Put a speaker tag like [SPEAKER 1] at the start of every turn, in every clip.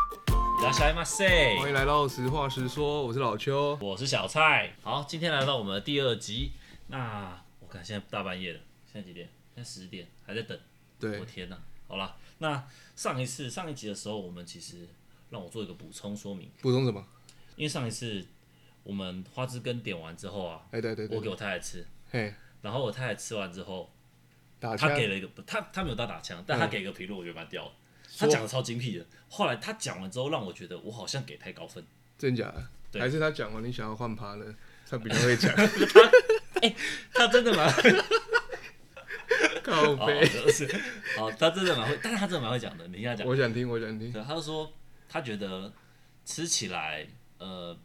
[SPEAKER 1] 大家好，
[SPEAKER 2] 欢迎来到实话实说，我是老邱。
[SPEAKER 1] 我是小蔡。好，今天来到我们的第二集。那我看现在大半夜了，现在几点？现在十点，还在等。
[SPEAKER 2] 对
[SPEAKER 1] 我，天哪！好啦，那上一次上一集的时候，我们其实让我做一个补充说明，
[SPEAKER 2] 补充什么？
[SPEAKER 1] 因为上一次我们花枝羹点完之后啊，
[SPEAKER 2] 哎，对对
[SPEAKER 1] 我
[SPEAKER 2] 对，
[SPEAKER 1] 给我太太吃，
[SPEAKER 2] 嘿，
[SPEAKER 1] 然后我太太吃完之后，
[SPEAKER 2] 打
[SPEAKER 1] 她
[SPEAKER 2] 枪，
[SPEAKER 1] 给了一个她她没有打打枪，
[SPEAKER 2] 嗯
[SPEAKER 1] 但她给一个评论，我觉得蛮屌的。她讲的超精辟的，后来她讲完之后，让我觉得我好像给太高分。
[SPEAKER 2] 真假的？
[SPEAKER 1] 对
[SPEAKER 2] 还是他讲完你想要换趴呢？他比较会 讲，
[SPEAKER 1] 她真的蛮
[SPEAKER 2] 靠
[SPEAKER 1] 哦，
[SPEAKER 2] 背。
[SPEAKER 1] 是， 哦，他真的蛮会，但是他真的蛮会讲的。你跟他讲，
[SPEAKER 2] 我想听，我想听。
[SPEAKER 1] 哦对，他就说他觉得吃起来，呃，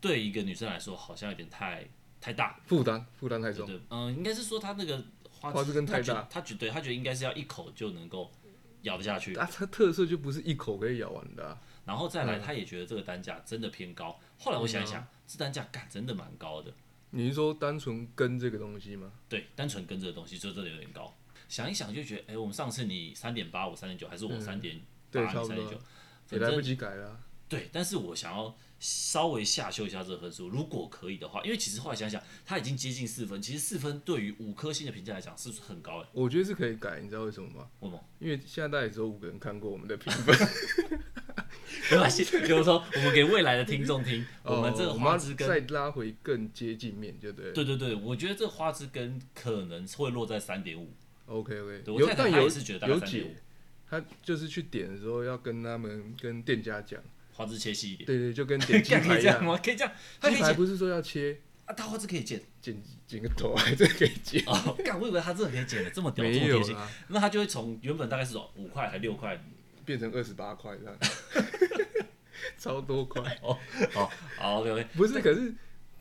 [SPEAKER 1] 对一个女生来说好像有点太太大，
[SPEAKER 2] 负担，负担太
[SPEAKER 1] 对
[SPEAKER 2] 重。
[SPEAKER 1] 对，嗯、应该是说他那个花
[SPEAKER 2] 花枝羹太大
[SPEAKER 1] 他觉他觉得他觉得应该是要一口就能够咬得下去，
[SPEAKER 2] 啊，它特色就不是一口可以咬完的啊、
[SPEAKER 1] 然后再来他也觉得这个单价真的偏高。后来我想一
[SPEAKER 2] 嗯
[SPEAKER 1] 想，这单价干真的蛮高的，
[SPEAKER 2] 你是说单纯跟这个东西吗？
[SPEAKER 1] 对，单纯跟这个东西就真的有点高。想一想就觉得，哎、我们上次你三点八，我三点九，还是我三点八，
[SPEAKER 2] 嗯对
[SPEAKER 1] 你
[SPEAKER 2] 差不
[SPEAKER 1] 三点
[SPEAKER 2] 多
[SPEAKER 1] 九，
[SPEAKER 2] 也
[SPEAKER 1] 反
[SPEAKER 2] 来
[SPEAKER 1] 正
[SPEAKER 2] 不及改了啊、
[SPEAKER 1] 对，但是我想要稍微下修一下这个分数，如果可以的话，因为其实后来想想，它已经接近四分，其实四分对于五颗星的评价来讲是很高的。
[SPEAKER 2] 我觉得是可以改，你知道为什么吗？
[SPEAKER 1] 为什么？
[SPEAKER 2] 因为现在大概只有五个人看过我们的评分，
[SPEAKER 1] 没 关系，就是说我们给未来的听众听， 我们这
[SPEAKER 2] 哦
[SPEAKER 1] 个
[SPEAKER 2] 我们
[SPEAKER 1] 花
[SPEAKER 2] 要
[SPEAKER 1] 枝
[SPEAKER 2] 再
[SPEAKER 1] 根，
[SPEAKER 2] 拉回更接近面，对不对？
[SPEAKER 1] 对对对，我觉得这花枝根可能会落在三点五，
[SPEAKER 2] OK OK，
[SPEAKER 1] 对我
[SPEAKER 2] 有
[SPEAKER 1] 太太
[SPEAKER 2] 但
[SPEAKER 1] 她也
[SPEAKER 2] 有
[SPEAKER 1] 是觉得大概
[SPEAKER 2] 有
[SPEAKER 1] 3.5
[SPEAKER 2] 解，他就是去点的时候要跟他们跟店家 讲，
[SPEAKER 1] 花枝切细一点。
[SPEAKER 2] 对对，就跟 点鸡
[SPEAKER 1] 干可
[SPEAKER 2] 排
[SPEAKER 1] 以
[SPEAKER 2] 一
[SPEAKER 1] 这样
[SPEAKER 2] 样，
[SPEAKER 1] 吗？可以这样，它可以
[SPEAKER 2] 鸡排
[SPEAKER 1] 剪
[SPEAKER 2] 不是说要切
[SPEAKER 1] 啊，它花枝可以剪
[SPEAKER 2] 剪剪个头啊 还是可以剪，
[SPEAKER 1] 哦。干，我以为它真的可以剪的，这么屌，这么
[SPEAKER 2] 没有
[SPEAKER 1] 贴心。
[SPEAKER 2] 啦，
[SPEAKER 1] 那它就会从原本大概是五块还六块，
[SPEAKER 2] 变成二十八块这样， 超多块，
[SPEAKER 1] 哦，好，OK OK，
[SPEAKER 2] 不是，可是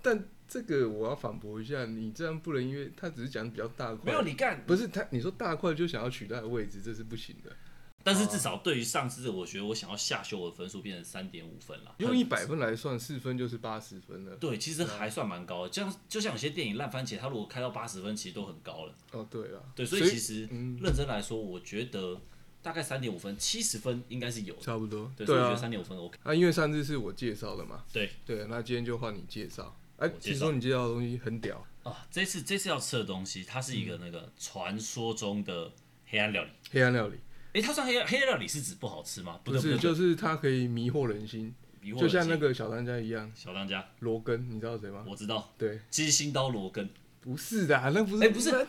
[SPEAKER 2] 但这个我要反驳一下，你这样不能，因为他只是讲比较大
[SPEAKER 1] 没
[SPEAKER 2] 块
[SPEAKER 1] 有，你干，
[SPEAKER 2] 不是他你说大块就想要取代位置，这是不行的，
[SPEAKER 1] 但是至少对于上次，我觉得我想要下修我的分数变成三点五分了，
[SPEAKER 2] 用一百分来算，四分就是八十分了，
[SPEAKER 1] 对，其实还算蛮高的。这样就像有些电影烂番茄，它如果开到八十分，其实都很高了。
[SPEAKER 2] 哦对了，
[SPEAKER 1] 对，所以其实
[SPEAKER 2] 嗯
[SPEAKER 1] 认真来说，我觉得大概三点五分，七十分应该是有的。
[SPEAKER 2] 差不多，
[SPEAKER 1] 对，所以我觉
[SPEAKER 2] 啊
[SPEAKER 1] 得，三点五分 OK。
[SPEAKER 2] 啊，因为上次是我介绍的嘛，
[SPEAKER 1] 对
[SPEAKER 2] 对，那今天就换你介绍。哎、
[SPEAKER 1] 我介
[SPEAKER 2] 听
[SPEAKER 1] 绍
[SPEAKER 2] 说你介绍的东西很屌，
[SPEAKER 1] 啊，这次这次要吃的东西，它是一个那个传说中的黑暗料理。
[SPEAKER 2] 黑暗料理，
[SPEAKER 1] 诶，它算黑暗黑暗料理是指不好吃吗？不
[SPEAKER 2] 不
[SPEAKER 1] 对
[SPEAKER 2] 是，
[SPEAKER 1] 不对，
[SPEAKER 2] 就是它可以迷惑人心，
[SPEAKER 1] 迷惑
[SPEAKER 2] 就
[SPEAKER 1] 人
[SPEAKER 2] 像
[SPEAKER 1] 心
[SPEAKER 2] 那个小当家一样，
[SPEAKER 1] 小当家，
[SPEAKER 2] 罗根，你知道谁吗？
[SPEAKER 1] 我知道
[SPEAKER 2] 对，
[SPEAKER 1] 鸡心刀罗根，
[SPEAKER 2] 不是的，啊那不是，
[SPEAKER 1] 哎不是
[SPEAKER 2] 那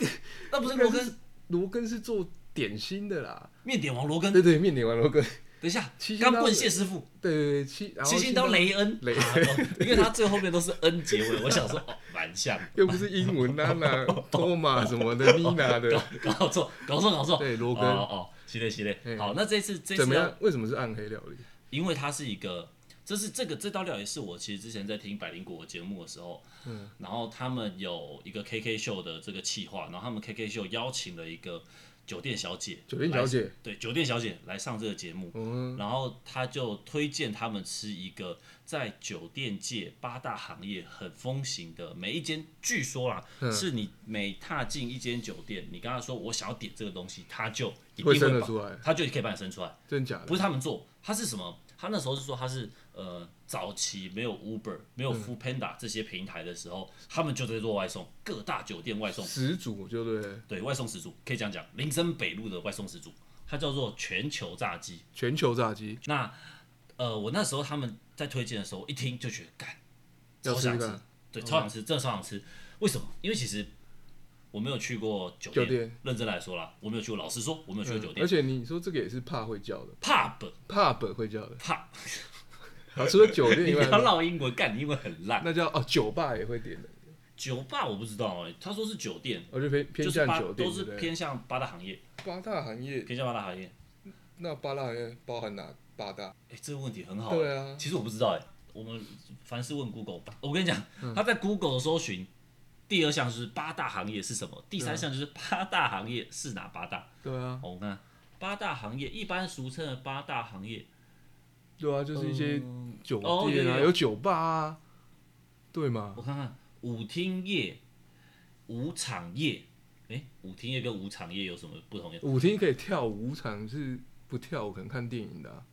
[SPEAKER 1] 那不是
[SPEAKER 2] 那
[SPEAKER 1] 罗
[SPEAKER 2] 个
[SPEAKER 1] 根
[SPEAKER 2] 罗根是做点心的啦，
[SPEAKER 1] 面点王罗根。
[SPEAKER 2] 对对，面点完罗根，
[SPEAKER 1] 等一下
[SPEAKER 2] 七，星刀
[SPEAKER 1] 钢棍谢师傅，
[SPEAKER 2] 对对对，七，然后
[SPEAKER 1] 七星刀雷恩，
[SPEAKER 2] 雷
[SPEAKER 1] 啊哦因为他最后面都是 N 结尾，我想说 哦，蛮像，
[SPEAKER 2] 又不是英文娜 娜、托马什么的、妮娜
[SPEAKER 1] 搞
[SPEAKER 2] 的，
[SPEAKER 1] 搞错，搞错，搞错，
[SPEAKER 2] 对罗根
[SPEAKER 1] 哦哦，系列系列，
[SPEAKER 2] 嗯
[SPEAKER 1] 好，啊那这次这
[SPEAKER 2] 怎
[SPEAKER 1] 次
[SPEAKER 2] 么
[SPEAKER 1] 要，
[SPEAKER 2] 样？为什么是暗黑料理？
[SPEAKER 1] 因为它是一个，这是这个这道料理是我其实之前在听百灵果节目的时候，嗯，然后他们有一个 KK 秀的这个企划，然后他们 KK 秀邀请了一个酒店小姐，
[SPEAKER 2] 酒店小姐
[SPEAKER 1] 来，对酒店小姐来上这个节目，
[SPEAKER 2] 嗯，
[SPEAKER 1] 然后他就推荐他们吃一个在酒店界八大行业很风行的，每一间据说啦，
[SPEAKER 2] 嗯
[SPEAKER 1] 是你每踏进一间酒店，你跟他说我想要点这个东西，他就一定
[SPEAKER 2] 会生
[SPEAKER 1] 会
[SPEAKER 2] 得
[SPEAKER 1] 把，
[SPEAKER 2] 出来，
[SPEAKER 1] 他就可以把你生出来。
[SPEAKER 2] 真假的？
[SPEAKER 1] 不是他们做，他是什么？他那时候是说他是呃早期没有 Uber、没
[SPEAKER 2] 嗯
[SPEAKER 1] 有 Food Panda 这些平台的时候，他们就在做外送，各大酒店外送。
[SPEAKER 2] 始祖就对了，
[SPEAKER 1] 对外送始祖可以讲讲林森北路的外送始祖，它叫做全球炸鸡。
[SPEAKER 2] 全球炸鸡，
[SPEAKER 1] 那呃，我那时候他们在推荐的时候，一听就觉得干，
[SPEAKER 2] 要
[SPEAKER 1] 超
[SPEAKER 2] 吃
[SPEAKER 1] 想
[SPEAKER 2] 个哦
[SPEAKER 1] 吃，对，超想吃，真的超想吃。为什么？因为其实我没有去过酒
[SPEAKER 2] 酒店嗯
[SPEAKER 1] 认真来说啦，我没有去过。老实说，我没有去过酒
[SPEAKER 2] 而
[SPEAKER 1] 店。
[SPEAKER 2] 且你说这个也是怕会叫的
[SPEAKER 1] pub
[SPEAKER 2] ，pub 会叫的。
[SPEAKER 1] pub，
[SPEAKER 2] 好，除了酒 店
[SPEAKER 1] 你
[SPEAKER 2] 以
[SPEAKER 1] 不
[SPEAKER 2] 外
[SPEAKER 1] 要，唠英文，干，你英文很烂。
[SPEAKER 2] 那叫哦，酒吧也会点的，哦
[SPEAKER 1] 酒吧我不知道哎、他说是酒店，
[SPEAKER 2] 我就偏
[SPEAKER 1] 就
[SPEAKER 2] 偏
[SPEAKER 1] 是
[SPEAKER 2] 向
[SPEAKER 1] 八
[SPEAKER 2] 酒店，
[SPEAKER 1] 都是
[SPEAKER 2] 对不对
[SPEAKER 1] 偏向八大行业，
[SPEAKER 2] 八大行业。
[SPEAKER 1] 偏向八大行业。
[SPEAKER 2] 那八大行业包含哪八大？
[SPEAKER 1] 哎、这个问题很好、欸。
[SPEAKER 2] 对啊，
[SPEAKER 1] 其实我不知道哎、我们凡是问 Google 吧，我跟你讲，他在 Google 搜寻第二项就是八大行业是什么，第三项就是八大行业是哪八大。
[SPEAKER 2] 对啊，
[SPEAKER 1] 哦，我看八大行业一般俗称的八大行业，
[SPEAKER 2] 对啊，就是一些酒
[SPEAKER 1] 哦有
[SPEAKER 2] 店啊，
[SPEAKER 1] 有有
[SPEAKER 2] 有酒吧啊，对吗？
[SPEAKER 1] 我看看舞厅业、舞场业，哎、舞厅业跟舞场业有什么不同？
[SPEAKER 2] 舞厅可以跳舞，场是不跳，我可能看电影的啊，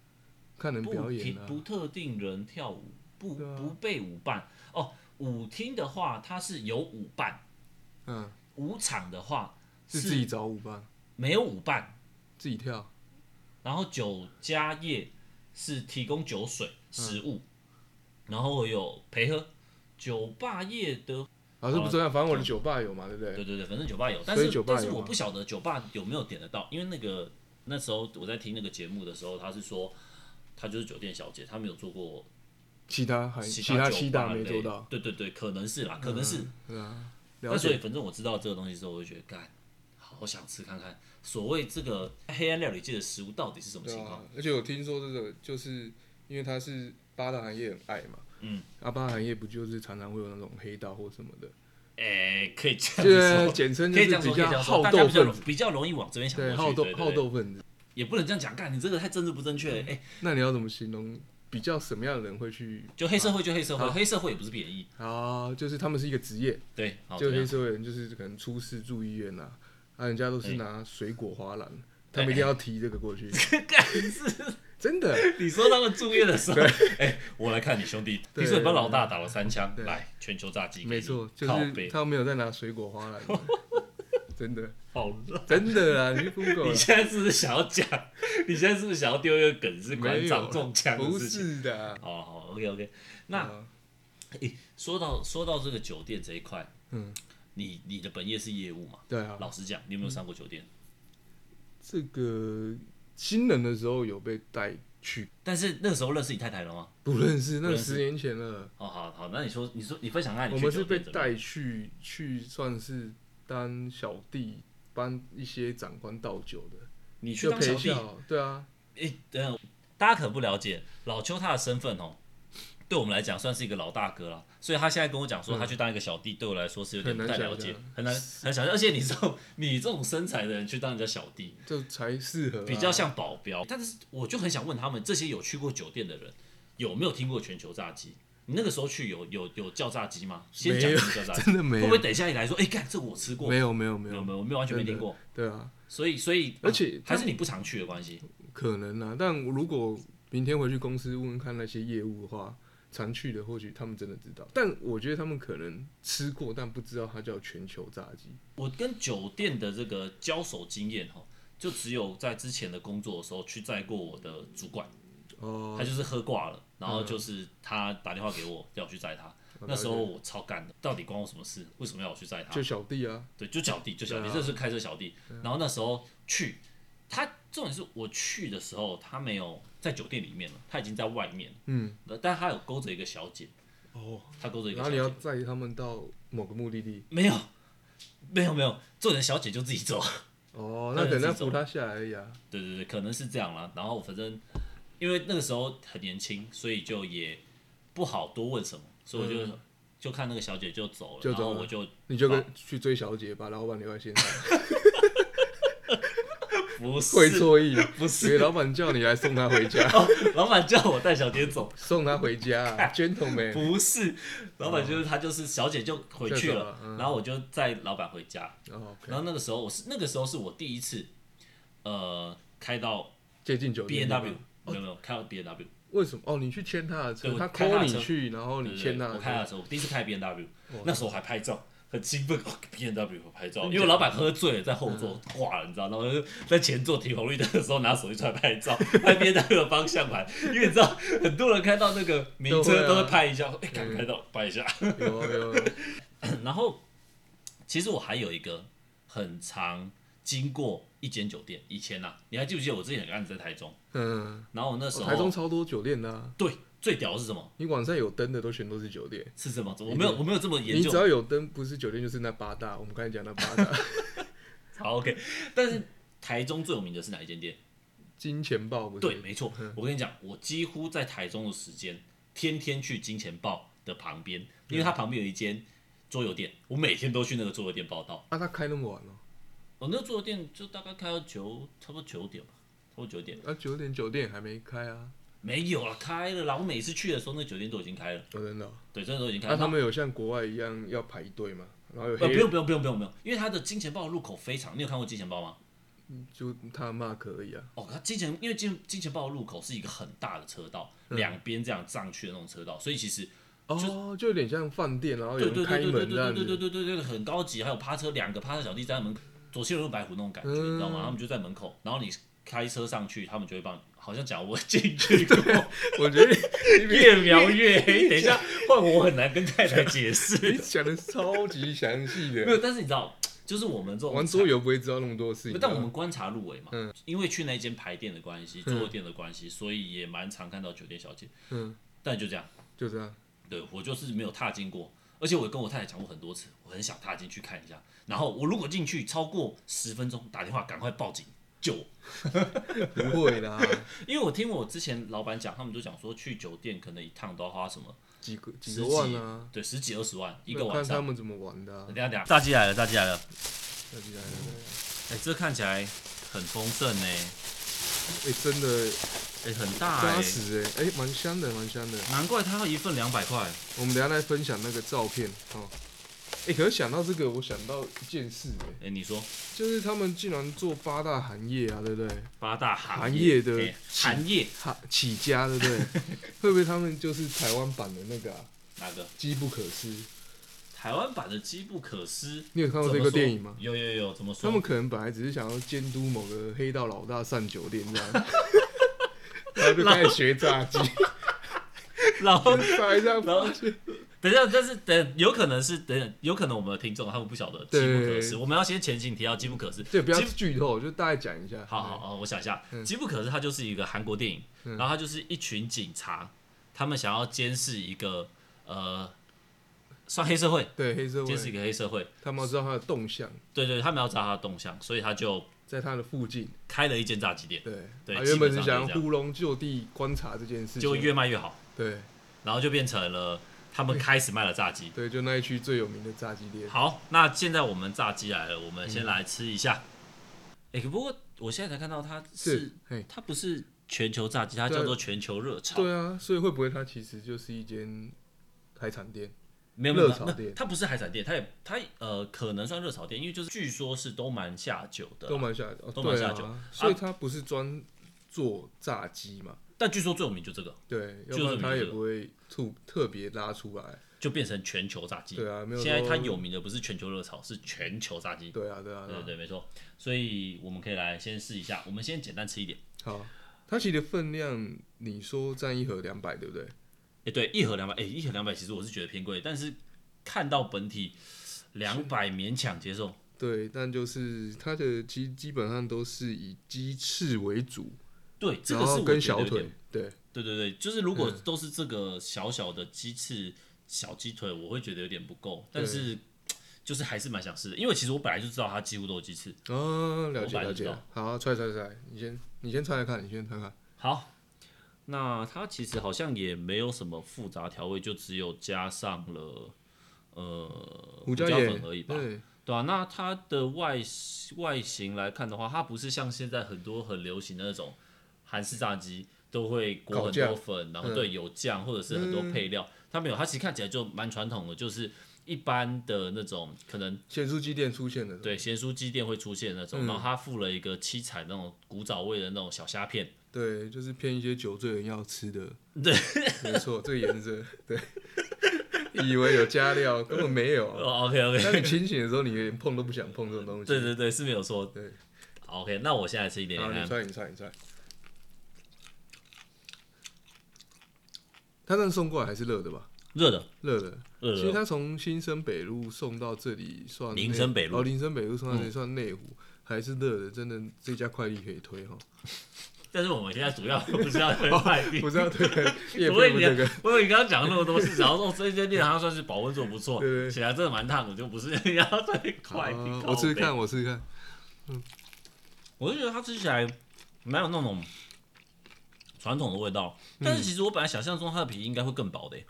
[SPEAKER 2] 看人表
[SPEAKER 1] 不
[SPEAKER 2] 演
[SPEAKER 1] 停
[SPEAKER 2] 啊，
[SPEAKER 1] 不特定人跳舞，不
[SPEAKER 2] 对啊
[SPEAKER 1] 不被舞伴哦。舞厅的话，它是有舞伴；
[SPEAKER 2] 嗯，
[SPEAKER 1] 舞场的话
[SPEAKER 2] 是自己找舞伴，
[SPEAKER 1] 没有舞伴。
[SPEAKER 2] 自己跳，啊
[SPEAKER 1] 然后酒家业是提供酒水、食物，然后有陪喝。酒吧业的，
[SPEAKER 2] 啊，这
[SPEAKER 1] 好
[SPEAKER 2] 不
[SPEAKER 1] 啊
[SPEAKER 2] 重要，反正我的酒吧有嘛，对不对？
[SPEAKER 1] 对对对，反正酒吧有，但
[SPEAKER 2] 所以
[SPEAKER 1] 是
[SPEAKER 2] 酒吧
[SPEAKER 1] 但是
[SPEAKER 2] 有啊
[SPEAKER 1] 我
[SPEAKER 2] 吗
[SPEAKER 1] 不晓得酒吧有没有点得到，因为那个那时候我在听那个节目的时候，他是说他就是酒店小姐，他没有做过
[SPEAKER 2] 其他还
[SPEAKER 1] 其
[SPEAKER 2] 其他
[SPEAKER 1] 酒
[SPEAKER 2] 七
[SPEAKER 1] 吧
[SPEAKER 2] 大没
[SPEAKER 1] 类
[SPEAKER 2] 做到，
[SPEAKER 1] 对对对，可能是啦，可能是。
[SPEAKER 2] 对啊，了
[SPEAKER 1] 那所以
[SPEAKER 2] 解，
[SPEAKER 1] 反正我知道这个东西之后，我就觉得干，好想吃看看，所谓这个黑暗料理界的食物到底是什么
[SPEAKER 2] 对
[SPEAKER 1] 情况
[SPEAKER 2] 啊？，而且我听说这个就是因为它是八大行业很爱嘛，
[SPEAKER 1] 嗯，
[SPEAKER 2] 啊，八大行业不就是常常会有那种黑道或什么 的，
[SPEAKER 1] 哎、可以这样
[SPEAKER 2] 这
[SPEAKER 1] 说。
[SPEAKER 2] 简称
[SPEAKER 1] 可
[SPEAKER 2] 就
[SPEAKER 1] 以这
[SPEAKER 2] 是
[SPEAKER 1] 样说，可
[SPEAKER 2] 比
[SPEAKER 1] 以这
[SPEAKER 2] 较
[SPEAKER 1] 样说，
[SPEAKER 2] 好
[SPEAKER 1] 大家
[SPEAKER 2] 斗
[SPEAKER 1] 比较容
[SPEAKER 2] 分子，
[SPEAKER 1] 比较容易往这边想过去，
[SPEAKER 2] 对，好斗
[SPEAKER 1] 对对
[SPEAKER 2] 好
[SPEAKER 1] 对，
[SPEAKER 2] 斗分子。
[SPEAKER 1] 也不能这样讲，干你这个太政治不正确了。哎、
[SPEAKER 2] 那你要怎么形容比较什么样的人会去
[SPEAKER 1] 就黑社会就黑社会，
[SPEAKER 2] 好
[SPEAKER 1] 黑社会也不是贬义，
[SPEAKER 2] 啊？就是他们是一个职业，
[SPEAKER 1] 对，好，
[SPEAKER 2] 就
[SPEAKER 1] 哦这
[SPEAKER 2] 黑
[SPEAKER 1] 样
[SPEAKER 2] 社会人就是可能出事住医院啊，啊，人家都
[SPEAKER 1] 哎
[SPEAKER 2] 是拿水果花篮，
[SPEAKER 1] 嗯
[SPEAKER 2] 他们一定要提这个过去，
[SPEAKER 1] 干是
[SPEAKER 2] 真的。
[SPEAKER 1] 你说他们住院的时候，哎、我来看你兄弟，
[SPEAKER 2] 对
[SPEAKER 1] 听说你帮老大打了三枪，
[SPEAKER 2] 对
[SPEAKER 1] 来全球炸鸡给你，
[SPEAKER 2] 没错，就
[SPEAKER 1] 靠
[SPEAKER 2] 是
[SPEAKER 1] 背，
[SPEAKER 2] 他没有在拿水果花篮， 真的，
[SPEAKER 1] 好烂。
[SPEAKER 2] 真的啦，你去 Google
[SPEAKER 1] 你
[SPEAKER 2] 啦
[SPEAKER 1] 现在是不是想要讲？你现在是不是想要丢一个梗是
[SPEAKER 2] 没
[SPEAKER 1] 馆
[SPEAKER 2] 有啦，
[SPEAKER 1] 长中枪
[SPEAKER 2] 不
[SPEAKER 1] 的事情？
[SPEAKER 2] 是的，
[SPEAKER 1] 哦，好，OK OK。那
[SPEAKER 2] 啊
[SPEAKER 1] 说到说到这个酒店这一块，
[SPEAKER 2] 嗯，
[SPEAKER 1] 你你的本业是业务嘛？
[SPEAKER 2] 对啊，
[SPEAKER 1] 老实讲，你有没有上过酒店？
[SPEAKER 2] 这个新人的时候有被带去，
[SPEAKER 1] 但是那时候认识你太太了吗？
[SPEAKER 2] 不认识，那
[SPEAKER 1] 认识
[SPEAKER 2] 十年前了，
[SPEAKER 1] 哦，好好，那你说你说你分享看你
[SPEAKER 2] 我
[SPEAKER 1] 去
[SPEAKER 2] 们
[SPEAKER 1] 酒
[SPEAKER 2] 是被
[SPEAKER 1] 店怎么样？
[SPEAKER 2] 带去去算是当小弟，帮一些长官倒酒的，
[SPEAKER 1] 你去
[SPEAKER 2] 就
[SPEAKER 1] 当小
[SPEAKER 2] 陪
[SPEAKER 1] 弟？
[SPEAKER 2] 笑，对啊，
[SPEAKER 1] 诶，等等，大家可能不了解老邱他的身份哦。对我们来讲算是一个老大哥了，所以他现在跟我讲说他去当一个小弟，对我来说是有点不
[SPEAKER 2] 嗯很难
[SPEAKER 1] 太
[SPEAKER 2] 想
[SPEAKER 1] 了解
[SPEAKER 2] 象，
[SPEAKER 1] 很难很想象。而且你这种你这种身材的人去当人家小弟，
[SPEAKER 2] 就才适合啊，
[SPEAKER 1] 比较像保镖。但是我就很想问他们，这些有去过酒店的人，有没有听过全球炸鸡？你那个时候去有有有叫炸鸡吗？先讲
[SPEAKER 2] 没有
[SPEAKER 1] 什么叫炸鸡，
[SPEAKER 2] 真的没
[SPEAKER 1] 会
[SPEAKER 2] 有
[SPEAKER 1] 不会等一下你来说，哎、干这我吃过，
[SPEAKER 2] 没有没有没
[SPEAKER 1] 没有
[SPEAKER 2] 有，
[SPEAKER 1] 没有，我没有完全没听过。
[SPEAKER 2] 对啊，
[SPEAKER 1] 所以所以，
[SPEAKER 2] 而且
[SPEAKER 1] 啊还是你不常去的关系。
[SPEAKER 2] 可能啊，但如果明天回去公司问问看那些业务的话，常去的或许他们真的知道，但我觉得他们可能吃过，但不知道它叫全球炸鸡。
[SPEAKER 1] 我跟酒店的这个交手经验哈，就只有在之前的工作的时候去载过我的主管，
[SPEAKER 2] 哦嗯
[SPEAKER 1] 他，就是喝挂了，然后就是他打电话给我叫我去载他。
[SPEAKER 2] 哦
[SPEAKER 1] 那时候我超干的，到底关我什么事？为什么要我去载他？
[SPEAKER 2] 就小弟啊，
[SPEAKER 1] 对，就小弟，就小弟，
[SPEAKER 2] 对啊
[SPEAKER 1] 这是开车小弟。然后那时候去，他重点是我去的时候，他没有在酒店里面了，他已经在外面了。
[SPEAKER 2] 嗯，
[SPEAKER 1] 呃但他有勾着一个小姐，
[SPEAKER 2] 哦，
[SPEAKER 1] 他勾着一个小
[SPEAKER 2] 然后你要
[SPEAKER 1] 姐，
[SPEAKER 2] 载他们到某个目的地，
[SPEAKER 1] 没有， 没有，没有，重点小姐就自己走。
[SPEAKER 2] 哦，
[SPEAKER 1] 那
[SPEAKER 2] 那
[SPEAKER 1] 你自
[SPEAKER 2] 可能
[SPEAKER 1] 己
[SPEAKER 2] 要
[SPEAKER 1] 走
[SPEAKER 2] 扶他下来而已啊。
[SPEAKER 1] 对对对，可能是这样啦。然后反正因为那个时候很年轻，所以就也不好多问什么，所以我就、就看那个小姐就走了，
[SPEAKER 2] 嗯就走
[SPEAKER 1] 然后
[SPEAKER 2] 了
[SPEAKER 1] 我就
[SPEAKER 2] 你就跟去追小姐，把老板留在现场，
[SPEAKER 1] 不
[SPEAKER 2] 会
[SPEAKER 1] 哦是，
[SPEAKER 2] 错意，
[SPEAKER 1] 不
[SPEAKER 2] 给
[SPEAKER 1] 是，
[SPEAKER 2] 老板叫你来送他 回家，
[SPEAKER 1] 老板叫我带小姐走，
[SPEAKER 2] 送他回 家啊，gentleman，
[SPEAKER 1] 不 是，老板就是他，就是小姐就回去
[SPEAKER 2] 就走
[SPEAKER 1] 了
[SPEAKER 2] 了，嗯
[SPEAKER 1] 然后我就载老板回家。
[SPEAKER 2] 哦
[SPEAKER 1] 然
[SPEAKER 2] ，OK，
[SPEAKER 1] 后那个时候我是那个时候是我第一次，呃，开到
[SPEAKER 2] 接近酒
[SPEAKER 1] B N
[SPEAKER 2] 店
[SPEAKER 1] W，没有没有开到 B N W，
[SPEAKER 2] 为什么？哦，你去牵他的
[SPEAKER 1] 对
[SPEAKER 2] 车，
[SPEAKER 1] 我
[SPEAKER 2] 他
[SPEAKER 1] 开他
[SPEAKER 2] call
[SPEAKER 1] 的
[SPEAKER 2] 你
[SPEAKER 1] 车
[SPEAKER 2] 去，然后
[SPEAKER 1] 对
[SPEAKER 2] 你
[SPEAKER 1] 对
[SPEAKER 2] 牵
[SPEAKER 1] 对，
[SPEAKER 2] 他
[SPEAKER 1] 我
[SPEAKER 2] 的
[SPEAKER 1] 开
[SPEAKER 2] 车
[SPEAKER 1] 的，时候我第一次开 B N W，那时候我还拍照。很兴奋，B N W 我拍照，因为我老板喝醉了，在后座挂了，你知道，然后我就在前座停红绿灯的时候拿手机出来拍照，拍 B N W 的方向盘，因为你知道很多人开到那个名
[SPEAKER 2] 都会
[SPEAKER 1] 车
[SPEAKER 2] 啊
[SPEAKER 1] 都会拍一下，哎，敢拍到拍一下，
[SPEAKER 2] 有啊 有啊。
[SPEAKER 1] 嗯然后，其实我还有一个很常经过一间酒店，以前啊，你还记不记得我之前有个案子在台中？
[SPEAKER 2] 嗯，
[SPEAKER 1] 然后我那时候、
[SPEAKER 2] 台中超多酒店的、啊，
[SPEAKER 1] 对最屌的是什么？
[SPEAKER 2] 你晚上有灯的都全都是酒店。
[SPEAKER 1] 是什么？我没有我没有这么研
[SPEAKER 2] 你只
[SPEAKER 1] 究。
[SPEAKER 2] 要有灯，不是酒店就是那八大。我们刚才讲那八 大，
[SPEAKER 1] 好 OK，但是台中最有名的是哪一间店？
[SPEAKER 2] 金钱豹不是？
[SPEAKER 1] 对，，没错，我跟你讲，我几乎在台中的时间，天天去金钱豹的旁边，因为它旁边有一间桌游店，我每天都去那个桌游店报道。
[SPEAKER 2] 啊，他开那么晚哦、
[SPEAKER 1] 我、那个桌游店就大概开到九，差不多九点吧，差不多九点。
[SPEAKER 2] 啊，九点酒店还没开啊？
[SPEAKER 1] 没有啦，开了啦。我每次去的时候，那酒店都已经开了，
[SPEAKER 2] 哦，真的哦、
[SPEAKER 1] 对，真的都已经开
[SPEAKER 2] 那、
[SPEAKER 1] 了。
[SPEAKER 2] 他们有像国外一样要排队吗？然后有
[SPEAKER 1] 呃，不
[SPEAKER 2] 黑，
[SPEAKER 1] 用不用不用不用不用，因为它的金钱豹入口非常，你有看过金钱豹吗？
[SPEAKER 2] 就他 mark 而已啊。
[SPEAKER 1] 哦，它金钱因为金金钱豹的路口是一个很大的车道，两边这样上去的那种车道，所以其实
[SPEAKER 2] 哦，就有点像饭店，然后有
[SPEAKER 1] 对
[SPEAKER 2] 人
[SPEAKER 1] 对
[SPEAKER 2] 开
[SPEAKER 1] 对对对
[SPEAKER 2] 门这
[SPEAKER 1] 对
[SPEAKER 2] 样
[SPEAKER 1] 对对
[SPEAKER 2] 子。
[SPEAKER 1] 对对对，很高级，还有趴车两个趴车小弟在门口左西轮白虎那种感觉，你知道吗？他们就在门口，然后你开车上去，他们就会帮你，好像讲我进去过，
[SPEAKER 2] 我觉得你比
[SPEAKER 1] 越描越黑。等一下，换我很难跟太太解
[SPEAKER 2] 你
[SPEAKER 1] 释。
[SPEAKER 2] 讲的超级详细
[SPEAKER 1] 没有，
[SPEAKER 2] 的，
[SPEAKER 1] 但是你知道，就是我们这种
[SPEAKER 2] 玩桌游不会知道那么多事情。
[SPEAKER 1] 但我们观察入围嘛，因为去那间排店的关系、桌游店的关系，所以也蛮常看到酒店小姐。
[SPEAKER 2] 嗯，
[SPEAKER 1] 但就这样，
[SPEAKER 2] 就这样，
[SPEAKER 1] 对我就是没有踏进过，而且我也跟我太太讲过很多次，我很想踏进去看一下。然后我如果进去超过十分钟，打电话赶快报警救我，
[SPEAKER 2] 不会啦，
[SPEAKER 1] 因为我听我之前老板讲，他们就讲说去酒店可能一趟都要花什么
[SPEAKER 2] 几个几
[SPEAKER 1] 十
[SPEAKER 2] 个
[SPEAKER 1] 几
[SPEAKER 2] 万啊，，
[SPEAKER 1] 对，十几二十万一个
[SPEAKER 2] 看
[SPEAKER 1] 晚
[SPEAKER 2] 他
[SPEAKER 1] 上。
[SPEAKER 2] 们怎么玩的啊
[SPEAKER 1] 等。一下等一下，炸鸡来了，炸鸡来了！
[SPEAKER 2] 那就来了
[SPEAKER 1] 哎、这看起来很丰盛呢、
[SPEAKER 2] 哎，真的
[SPEAKER 1] 哎、很大哎、
[SPEAKER 2] 扎实哎，哎，蛮香的，蛮香的。
[SPEAKER 1] 难怪它要一份两百块。
[SPEAKER 2] 我们等一下来分享那个照片哦。哎，可是想到这个，我想到一件事哎，
[SPEAKER 1] 哎、你说
[SPEAKER 2] 就是他们竟然做八大行业啊，对不对？
[SPEAKER 1] 八大行
[SPEAKER 2] 行业的
[SPEAKER 1] 哎行业
[SPEAKER 2] 哈，起家对 不对？会不会他们就是台湾版的那个啊？
[SPEAKER 1] 哪个？
[SPEAKER 2] 机不可失，
[SPEAKER 1] 台湾版的机不可失。
[SPEAKER 2] 你有看过
[SPEAKER 1] 怎
[SPEAKER 2] 这
[SPEAKER 1] 么说
[SPEAKER 2] 个电影吗？
[SPEAKER 1] 有有有，怎么说？
[SPEAKER 2] 他们可能本来只是想要监督某个黑道老大上酒店 这样， 然后就开始学炸鸡，
[SPEAKER 1] 然后
[SPEAKER 2] 炸一下
[SPEAKER 1] 然后
[SPEAKER 2] 发现，
[SPEAKER 1] 等一下，但是等有可能是等有可能我们的听众他们不晓得机不可
[SPEAKER 2] 对
[SPEAKER 1] 失，我们要先前情提到机不可失。
[SPEAKER 2] 对，不要
[SPEAKER 1] 机
[SPEAKER 2] 剧透，就大概讲一下。
[SPEAKER 1] 好好好，我想一下，
[SPEAKER 2] 嗯
[SPEAKER 1] 机不可失它就是一个韩国电影，
[SPEAKER 2] 嗯
[SPEAKER 1] 然后它就是一群警察，他们想要监视一个呃，算黑社会，
[SPEAKER 2] 对，黑社
[SPEAKER 1] 监视一
[SPEAKER 2] 会，
[SPEAKER 1] 个黑社会。
[SPEAKER 2] 他们要知道他的动向，
[SPEAKER 1] 对对，他们要找他的动向，所以他就
[SPEAKER 2] 在他的附近。
[SPEAKER 1] 开了一间炸鸡店，
[SPEAKER 2] 对，
[SPEAKER 1] 对
[SPEAKER 2] 他
[SPEAKER 1] 基
[SPEAKER 2] 原
[SPEAKER 1] 本
[SPEAKER 2] 本是
[SPEAKER 1] 上就是
[SPEAKER 2] 想
[SPEAKER 1] 这
[SPEAKER 2] 要
[SPEAKER 1] 样
[SPEAKER 2] 呼龙就地观察这件事
[SPEAKER 1] 就
[SPEAKER 2] 情，
[SPEAKER 1] 越卖越好。
[SPEAKER 2] 对
[SPEAKER 1] 然后就变成了他们开始卖了炸鸡。
[SPEAKER 2] 对，就那一区最有名的炸鸡店。
[SPEAKER 1] 好，那现在我们炸鸡来了，我们
[SPEAKER 2] 嗯
[SPEAKER 1] 先来吃一下。哎、不过我现在才看到它
[SPEAKER 2] 是
[SPEAKER 1] 是，
[SPEAKER 2] 嘿，
[SPEAKER 1] 它不是全球炸鸡，它
[SPEAKER 2] 对
[SPEAKER 1] 叫做全球热炒。
[SPEAKER 2] 对啊，所以会不会他其实就是一间海产店？
[SPEAKER 1] 没有没有
[SPEAKER 2] 热炒
[SPEAKER 1] 没有
[SPEAKER 2] 店
[SPEAKER 1] 它不是海产店，它也它呃可能算热炒店，因为就是据说是都蛮下酒的啦，
[SPEAKER 2] 都蛮下酒，哦
[SPEAKER 1] 都蛮
[SPEAKER 2] 对
[SPEAKER 1] 下酒
[SPEAKER 2] 啊，所以他不是专做炸鸡嘛？
[SPEAKER 1] 但据说最有名就这个，
[SPEAKER 2] 对，要
[SPEAKER 1] 就是
[SPEAKER 2] 不然他
[SPEAKER 1] 这
[SPEAKER 2] 也
[SPEAKER 1] 个
[SPEAKER 2] 不会特特别拉出来。
[SPEAKER 1] 就变成全球炸鸡。
[SPEAKER 2] 对啊，没有
[SPEAKER 1] 现在
[SPEAKER 2] 说
[SPEAKER 1] 它有名的不是全球热炒，是全球炸鸡。
[SPEAKER 2] 对啊，对啊，
[SPEAKER 1] 对
[SPEAKER 2] 对
[SPEAKER 1] 对
[SPEAKER 2] 啊
[SPEAKER 1] 对，没错。所以我们可以来先试一下，我们先简单吃一点。
[SPEAKER 2] 好，它其实分量你说占一盒两百，对不对？
[SPEAKER 1] 哎、对，一盒两百，哎，一盒两百，其实我是觉得偏贵，但是看到本体两百勉强接受。
[SPEAKER 2] 对，但就是它的其实基本上都是以鸡翅为主，
[SPEAKER 1] 对，这
[SPEAKER 2] 然
[SPEAKER 1] 个是
[SPEAKER 2] 后
[SPEAKER 1] 我
[SPEAKER 2] 跟
[SPEAKER 1] 觉得
[SPEAKER 2] 小
[SPEAKER 1] 有点
[SPEAKER 2] 腿，嗯对
[SPEAKER 1] 对对对，就是如果都是这个小小的鸡翅、小鸡腿，我会觉得有点不够，但是就是还是蛮想试的，因为其实我本来就知道它几乎都有鸡翅。
[SPEAKER 2] 啊，了
[SPEAKER 1] 我本
[SPEAKER 2] 解
[SPEAKER 1] 来
[SPEAKER 2] 了
[SPEAKER 1] 就
[SPEAKER 2] 解
[SPEAKER 1] 知道。
[SPEAKER 2] 好，猜猜猜，你先你先猜猜看，你先猜猜看。
[SPEAKER 1] 好，那它其实好像也没有什么复杂调味，就只有加上了呃
[SPEAKER 2] 胡
[SPEAKER 1] 椒
[SPEAKER 2] 椒盐
[SPEAKER 1] 粉而已吧。
[SPEAKER 2] 对，
[SPEAKER 1] 对啊，那它的外外形来看的话，它不是像现在很多很流行的那种韩式炸鸡都会裹
[SPEAKER 2] 烤
[SPEAKER 1] 很
[SPEAKER 2] 酱
[SPEAKER 1] 多粉，然后对有酱或者是很多配料，它没有，它其实看起来就蛮传统的，就是一般的那种可能
[SPEAKER 2] 咸酥鸡店出现的，
[SPEAKER 1] 对咸酥鸡店会出现的那种，然后它附了一个七彩那种古早味的那种小虾片，
[SPEAKER 2] 对，就是骗一些酒醉人要吃的。对，没错，这个颜色，对，以为有加料，根本没有。
[SPEAKER 1] 哦，OK OK，
[SPEAKER 2] 当你清醒的时候，你连碰都不想碰这种东西。
[SPEAKER 1] 对对对，是没有错，
[SPEAKER 2] 对
[SPEAKER 1] 好，OK，那我现在吃一点
[SPEAKER 2] 好，
[SPEAKER 1] 点
[SPEAKER 2] 你
[SPEAKER 1] 看，
[SPEAKER 2] 猜，你猜，你猜。他那送过来还是热的吧？
[SPEAKER 1] 热的，
[SPEAKER 2] 热的。
[SPEAKER 1] 热
[SPEAKER 2] 其实
[SPEAKER 1] 的，
[SPEAKER 2] 他从新生北路送到这里算内
[SPEAKER 1] 呃林森北路嗯
[SPEAKER 2] 哦，林森北路送到这里算内湖，还是热的。真的，这家快递可以 推哈。
[SPEAKER 1] 但是我们现在主要不是要推快递，
[SPEAKER 2] 不知道对，也
[SPEAKER 1] 我以
[SPEAKER 2] 配不
[SPEAKER 1] 为
[SPEAKER 2] 这个
[SPEAKER 1] 你，， 我以为你刚刚讲了那么多事，然后说这间店好像算是保温做得不错
[SPEAKER 2] 对，对
[SPEAKER 1] 起来真的蛮烫的，就不是你要再快
[SPEAKER 2] 啊
[SPEAKER 1] 点。
[SPEAKER 2] 我试试看，，我试试看。
[SPEAKER 1] 我就觉得它吃起来蛮有那种传统的味道，
[SPEAKER 2] 嗯
[SPEAKER 1] 但是其实我本来想象中它的皮应该会更薄的耶，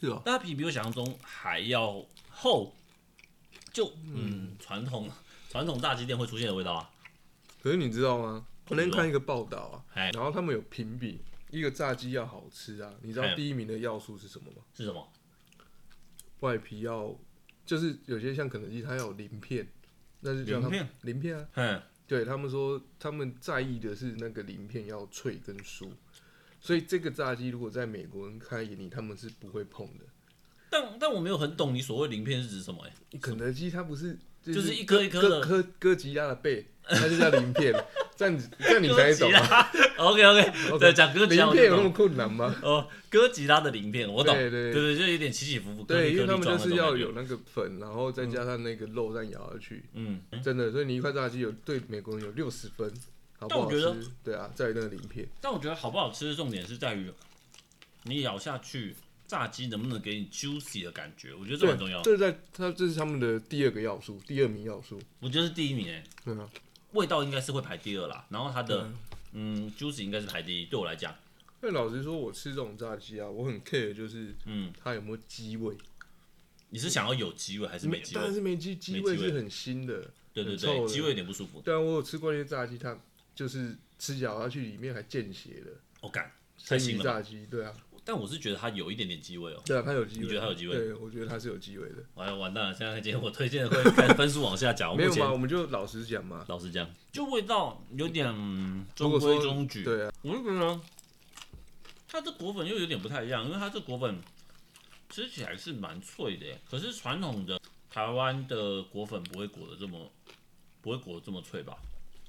[SPEAKER 2] 是哦，
[SPEAKER 1] 但它皮比我想象中还要厚，就嗯，传统 传统炸鸡店会出现的味道啊，
[SPEAKER 2] 可是你知道吗？我那天看一个报道啊，
[SPEAKER 1] 哎，
[SPEAKER 2] 然后他们有评比一个炸鸡要好吃啊，你知道
[SPEAKER 1] 哎
[SPEAKER 2] 第一名的要素是什么吗？
[SPEAKER 1] 是什么？
[SPEAKER 2] 外皮要，就是有些像肯德基它要有鳞片，那就叫它
[SPEAKER 1] 鳞片
[SPEAKER 2] 鳞片啊，
[SPEAKER 1] 嗯，
[SPEAKER 2] 对他们说，他们在意的是那个鳞片要脆跟酥，所以这个炸鸡如果在美国人看眼里，他们是不会碰的。
[SPEAKER 1] 但但我没有很懂你所谓鳞片是指什么、欸？哎，
[SPEAKER 2] 肯德基它不是就
[SPEAKER 1] 就是一颗一颗
[SPEAKER 2] 哥
[SPEAKER 1] 的
[SPEAKER 2] 哥哥吉拉的背，它就叫 鳞片，这样子这样你才懂啊。
[SPEAKER 1] OK OK，对，讲哥吉拉
[SPEAKER 2] 鳞
[SPEAKER 1] 我
[SPEAKER 2] 片
[SPEAKER 1] 就
[SPEAKER 2] 有那么
[SPEAKER 1] 懂。
[SPEAKER 2] 困 难吗？
[SPEAKER 1] 哦，哥吉拉的鳞片我懂，
[SPEAKER 2] 对
[SPEAKER 1] 对
[SPEAKER 2] 对
[SPEAKER 1] 对，就有点起起伏伏，颗
[SPEAKER 2] 对，
[SPEAKER 1] 粒颗
[SPEAKER 2] 因为他
[SPEAKER 1] 粒
[SPEAKER 2] 们
[SPEAKER 1] 状
[SPEAKER 2] 就
[SPEAKER 1] 那种
[SPEAKER 2] 是要
[SPEAKER 1] 感
[SPEAKER 2] 有
[SPEAKER 1] 觉。
[SPEAKER 2] 那个粉，然后再加上那个肉，这样咬下去，
[SPEAKER 1] 嗯，
[SPEAKER 2] 真的。所以你一块炸鸡有对美国人有六十分，好不
[SPEAKER 1] 但我
[SPEAKER 2] 好
[SPEAKER 1] 觉得
[SPEAKER 2] 吃？对啊，在于那个鳞片。
[SPEAKER 1] 但我觉得好不好吃的重点是在于你咬下去，炸鸡能不能给你 juicy 的感觉，我觉得这
[SPEAKER 2] 对，
[SPEAKER 1] 很重要。
[SPEAKER 2] 这在它这是他们的第二个要素，第二名要素。
[SPEAKER 1] 我觉得是第一名诶、
[SPEAKER 2] 对啊，
[SPEAKER 1] 味道应该是会排第二啦，然后它的嗯 juicy 应该是排第一，对我来讲，
[SPEAKER 2] 但老实说，我吃这种炸鸡啊，我很 care 就是
[SPEAKER 1] 嗯，
[SPEAKER 2] 它有没有鸡味。
[SPEAKER 1] 你是想要有鸡味还是没鸡
[SPEAKER 2] 当然
[SPEAKER 1] 味？
[SPEAKER 2] 是没鸡，鸡
[SPEAKER 1] 没
[SPEAKER 2] 味
[SPEAKER 1] 鸡
[SPEAKER 2] 是
[SPEAKER 1] 味
[SPEAKER 2] 很新的。
[SPEAKER 1] 对对
[SPEAKER 2] 很臭
[SPEAKER 1] 对，
[SPEAKER 2] 的
[SPEAKER 1] 鸡味有点不舒服。
[SPEAKER 2] 但我有吃过一些炸鸡，它就是吃咬下去里面还见血的
[SPEAKER 1] 我感太腥
[SPEAKER 2] 生鱼
[SPEAKER 1] 了吧，
[SPEAKER 2] 炸鸡。对啊，
[SPEAKER 1] 哦但我是觉得它有一点点鸡味哦。
[SPEAKER 2] 对啊，它有鸡味。
[SPEAKER 1] 你觉得它有鸡味
[SPEAKER 2] 对，我觉得它是有鸡味的。
[SPEAKER 1] 哎呀，完蛋了！现在今天我推荐的会分分数往下讲，我
[SPEAKER 2] 没
[SPEAKER 1] 哦目
[SPEAKER 2] 有嘛，
[SPEAKER 1] 前
[SPEAKER 2] 我们就老实讲嘛。
[SPEAKER 1] 老实讲，就味道有点嗯
[SPEAKER 2] 如
[SPEAKER 1] 中
[SPEAKER 2] 果
[SPEAKER 1] 规
[SPEAKER 2] 说
[SPEAKER 1] 中矩。
[SPEAKER 2] 对啊，
[SPEAKER 1] 我就觉得它这果粉又有点不太一样，因为它这果粉吃起来是蛮脆的耶，可是传统的台湾的果粉不会裹得这么不会裹得这么脆吧？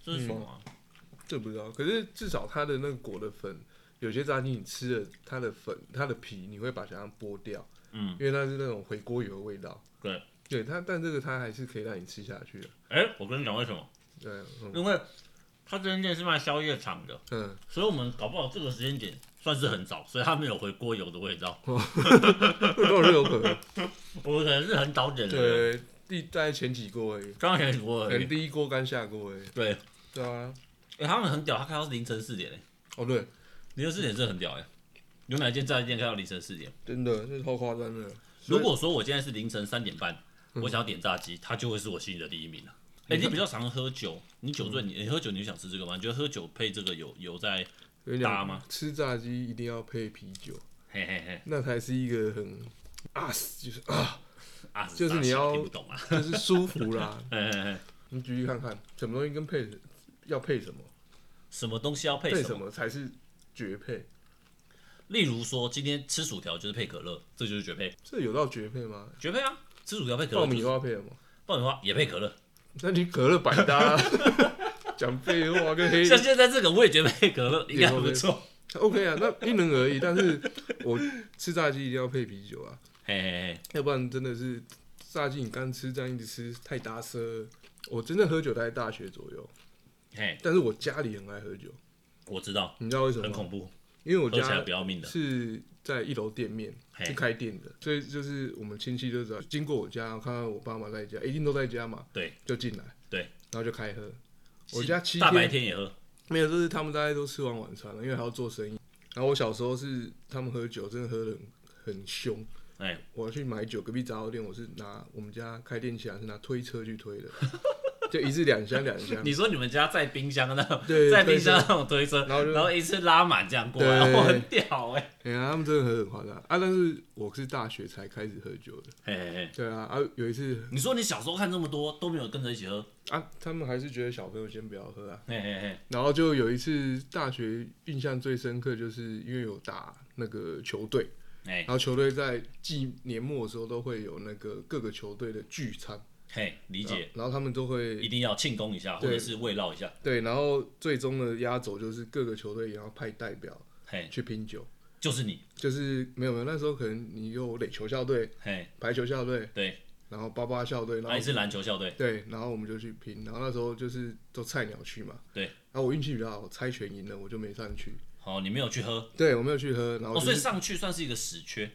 [SPEAKER 1] 这是什么啊、
[SPEAKER 2] 嗯这不知道。可是至少它的那个裹的粉，有些炸鸡你吃了它的粉，它的皮你会把想要剥掉，
[SPEAKER 1] 嗯，
[SPEAKER 2] 因为它是那种回锅油的味道。
[SPEAKER 1] 对，
[SPEAKER 2] 对它，但这个它还是可以让你吃下去的。啊
[SPEAKER 1] 哎、我跟你讲为什么？
[SPEAKER 2] 对，嗯
[SPEAKER 1] 因为它这间店是卖宵夜场的，
[SPEAKER 2] 嗯，
[SPEAKER 1] 所以我们搞不好这个时间点算是很早，所以它没有回锅油的味 道。
[SPEAKER 2] 这都是 有可能。
[SPEAKER 1] 我们可能是很早点的人，
[SPEAKER 2] 对，第大概前几锅而已，
[SPEAKER 1] 刚才我
[SPEAKER 2] 可
[SPEAKER 1] 而
[SPEAKER 2] 能
[SPEAKER 1] 已。
[SPEAKER 2] 第一锅刚下锅而已。
[SPEAKER 1] 对，
[SPEAKER 2] 对啊，
[SPEAKER 1] 哎、他们很屌，他开到凌晨四点哎、
[SPEAKER 2] 哦对，
[SPEAKER 1] 凌晨四点真的很屌哎、有哪一间炸鸡店开到凌晨四点？
[SPEAKER 2] 真的，这超夸张的。所
[SPEAKER 1] 如
[SPEAKER 2] 以嗯
[SPEAKER 1] 果说我现在是凌晨三点半，我想要点炸鸡，它就会是我心里的第一名了。哎、你比较常喝酒，你酒醉，你你喝酒你就想吃这个吗？你觉得喝酒配这个有有在？
[SPEAKER 2] 跟你
[SPEAKER 1] 大
[SPEAKER 2] 讲
[SPEAKER 1] 吗，
[SPEAKER 2] 吃炸鸡一定要配啤酒，
[SPEAKER 1] 嘿嘿嘿，
[SPEAKER 2] 那才是一个很啊，就是啊，
[SPEAKER 1] 啊，
[SPEAKER 2] 就是你
[SPEAKER 1] 傻笑
[SPEAKER 2] 要
[SPEAKER 1] 听不懂啊。
[SPEAKER 2] 就是舒服啦。
[SPEAKER 1] 嘿嘿嘿，
[SPEAKER 2] 你举例看看，什么东西跟配要配什么，
[SPEAKER 1] 什么东西要配
[SPEAKER 2] 配
[SPEAKER 1] 什么？
[SPEAKER 2] 么才是绝配？
[SPEAKER 1] 例如说，今天吃薯条就是配可乐，这就是绝配，
[SPEAKER 2] 这有到绝配吗？
[SPEAKER 1] 绝配啊！吃薯条配可乐、
[SPEAKER 2] 爆
[SPEAKER 1] 就
[SPEAKER 2] 米
[SPEAKER 1] 是，
[SPEAKER 2] 花配什么？
[SPEAKER 1] 爆米花也配可 乐。
[SPEAKER 2] 那你可乐百 搭、讲废话跟黑
[SPEAKER 1] 像现在这个我也觉得配可乐应该不
[SPEAKER 2] 也
[SPEAKER 1] 错。
[SPEAKER 2] OK 啊，那因人而异。但是我吃炸鸡一定要配啤酒啊，
[SPEAKER 1] 嘿嘿嘿，
[SPEAKER 2] 要不然真的是炸鸡你干吃这样一直吃太搭舌了。我真的喝酒大概大学左右，
[SPEAKER 1] 嘿，
[SPEAKER 2] 但是我家里很爱喝酒，
[SPEAKER 1] 我知道，
[SPEAKER 2] 你知道为什么
[SPEAKER 1] 很
[SPEAKER 2] 吗？
[SPEAKER 1] 恐怖，
[SPEAKER 2] 因为我
[SPEAKER 1] 喝起来
[SPEAKER 2] 家
[SPEAKER 1] 不要命的。
[SPEAKER 2] 是在一楼店面，
[SPEAKER 1] 嘿
[SPEAKER 2] 是开店的，所以就是我们亲戚就知道，经过我家，看到我爸妈在家，一定都在家嘛，
[SPEAKER 1] 对，
[SPEAKER 2] 就进来，
[SPEAKER 1] 对，
[SPEAKER 2] 然后就开喝。我家七
[SPEAKER 1] 大白
[SPEAKER 2] 天
[SPEAKER 1] 天也喝，
[SPEAKER 2] 没有，就是他们大概都吃完晚餐了，因为还要做生意。然后我小时候是他们喝酒，真的喝的很很凶。
[SPEAKER 1] 哎，
[SPEAKER 2] 我要去买酒，隔壁杂货店我是拿我们家开店起来是拿推车去 推的，就一次两箱两箱。
[SPEAKER 1] 你说你们家在冰箱那种，
[SPEAKER 2] 嗯对
[SPEAKER 1] 在冰箱那种推车，
[SPEAKER 2] 然后就
[SPEAKER 1] 然后一次拉满这样过来，
[SPEAKER 2] 对
[SPEAKER 1] 我很屌哎、
[SPEAKER 2] 哎呀，他们真的喝得很夸张啊！但是我是大学才开始喝酒的，
[SPEAKER 1] 嘿嘿嘿，
[SPEAKER 2] 对啊啊，有一次
[SPEAKER 1] 你说你小时候看这么多都没有跟着一起喝，
[SPEAKER 2] 啊，他们还是觉得小朋友先不要喝啊，
[SPEAKER 1] 嘿嘿嘿，
[SPEAKER 2] 然后就有一次大学印象最深刻，就是因为有打那个球队，
[SPEAKER 1] 哎
[SPEAKER 2] 然后球队在季年末的时候都会有那个各个球队的聚餐，啊
[SPEAKER 1] 嘿，理解，
[SPEAKER 2] 然后他们都
[SPEAKER 1] 一
[SPEAKER 2] 会
[SPEAKER 1] 定要庆功一下，或者
[SPEAKER 2] 嗯对
[SPEAKER 1] 是慰劳一下，
[SPEAKER 2] 对，然后最终的压轴就是各个球队也要派代表
[SPEAKER 1] 嘿，
[SPEAKER 2] 去拼酒，
[SPEAKER 1] 就是你，
[SPEAKER 2] 就是没有没有那时候可能你有垒球校队、
[SPEAKER 1] 嘿，
[SPEAKER 2] 排球校队，
[SPEAKER 1] 对，
[SPEAKER 2] 然后八八校队，然
[SPEAKER 1] 还
[SPEAKER 2] 后
[SPEAKER 1] 是篮球校队，
[SPEAKER 2] 对，然后我们就去拼，然后那时候就是都菜鸟去嘛，
[SPEAKER 1] 对，
[SPEAKER 2] 然后我运气比较好，猜拳赢了我就没上去，
[SPEAKER 1] 好，哦你没有去喝，
[SPEAKER 2] 对我没有去喝，然
[SPEAKER 1] 哦，
[SPEAKER 2] 后就是
[SPEAKER 1] 所以上去算是一个死缺，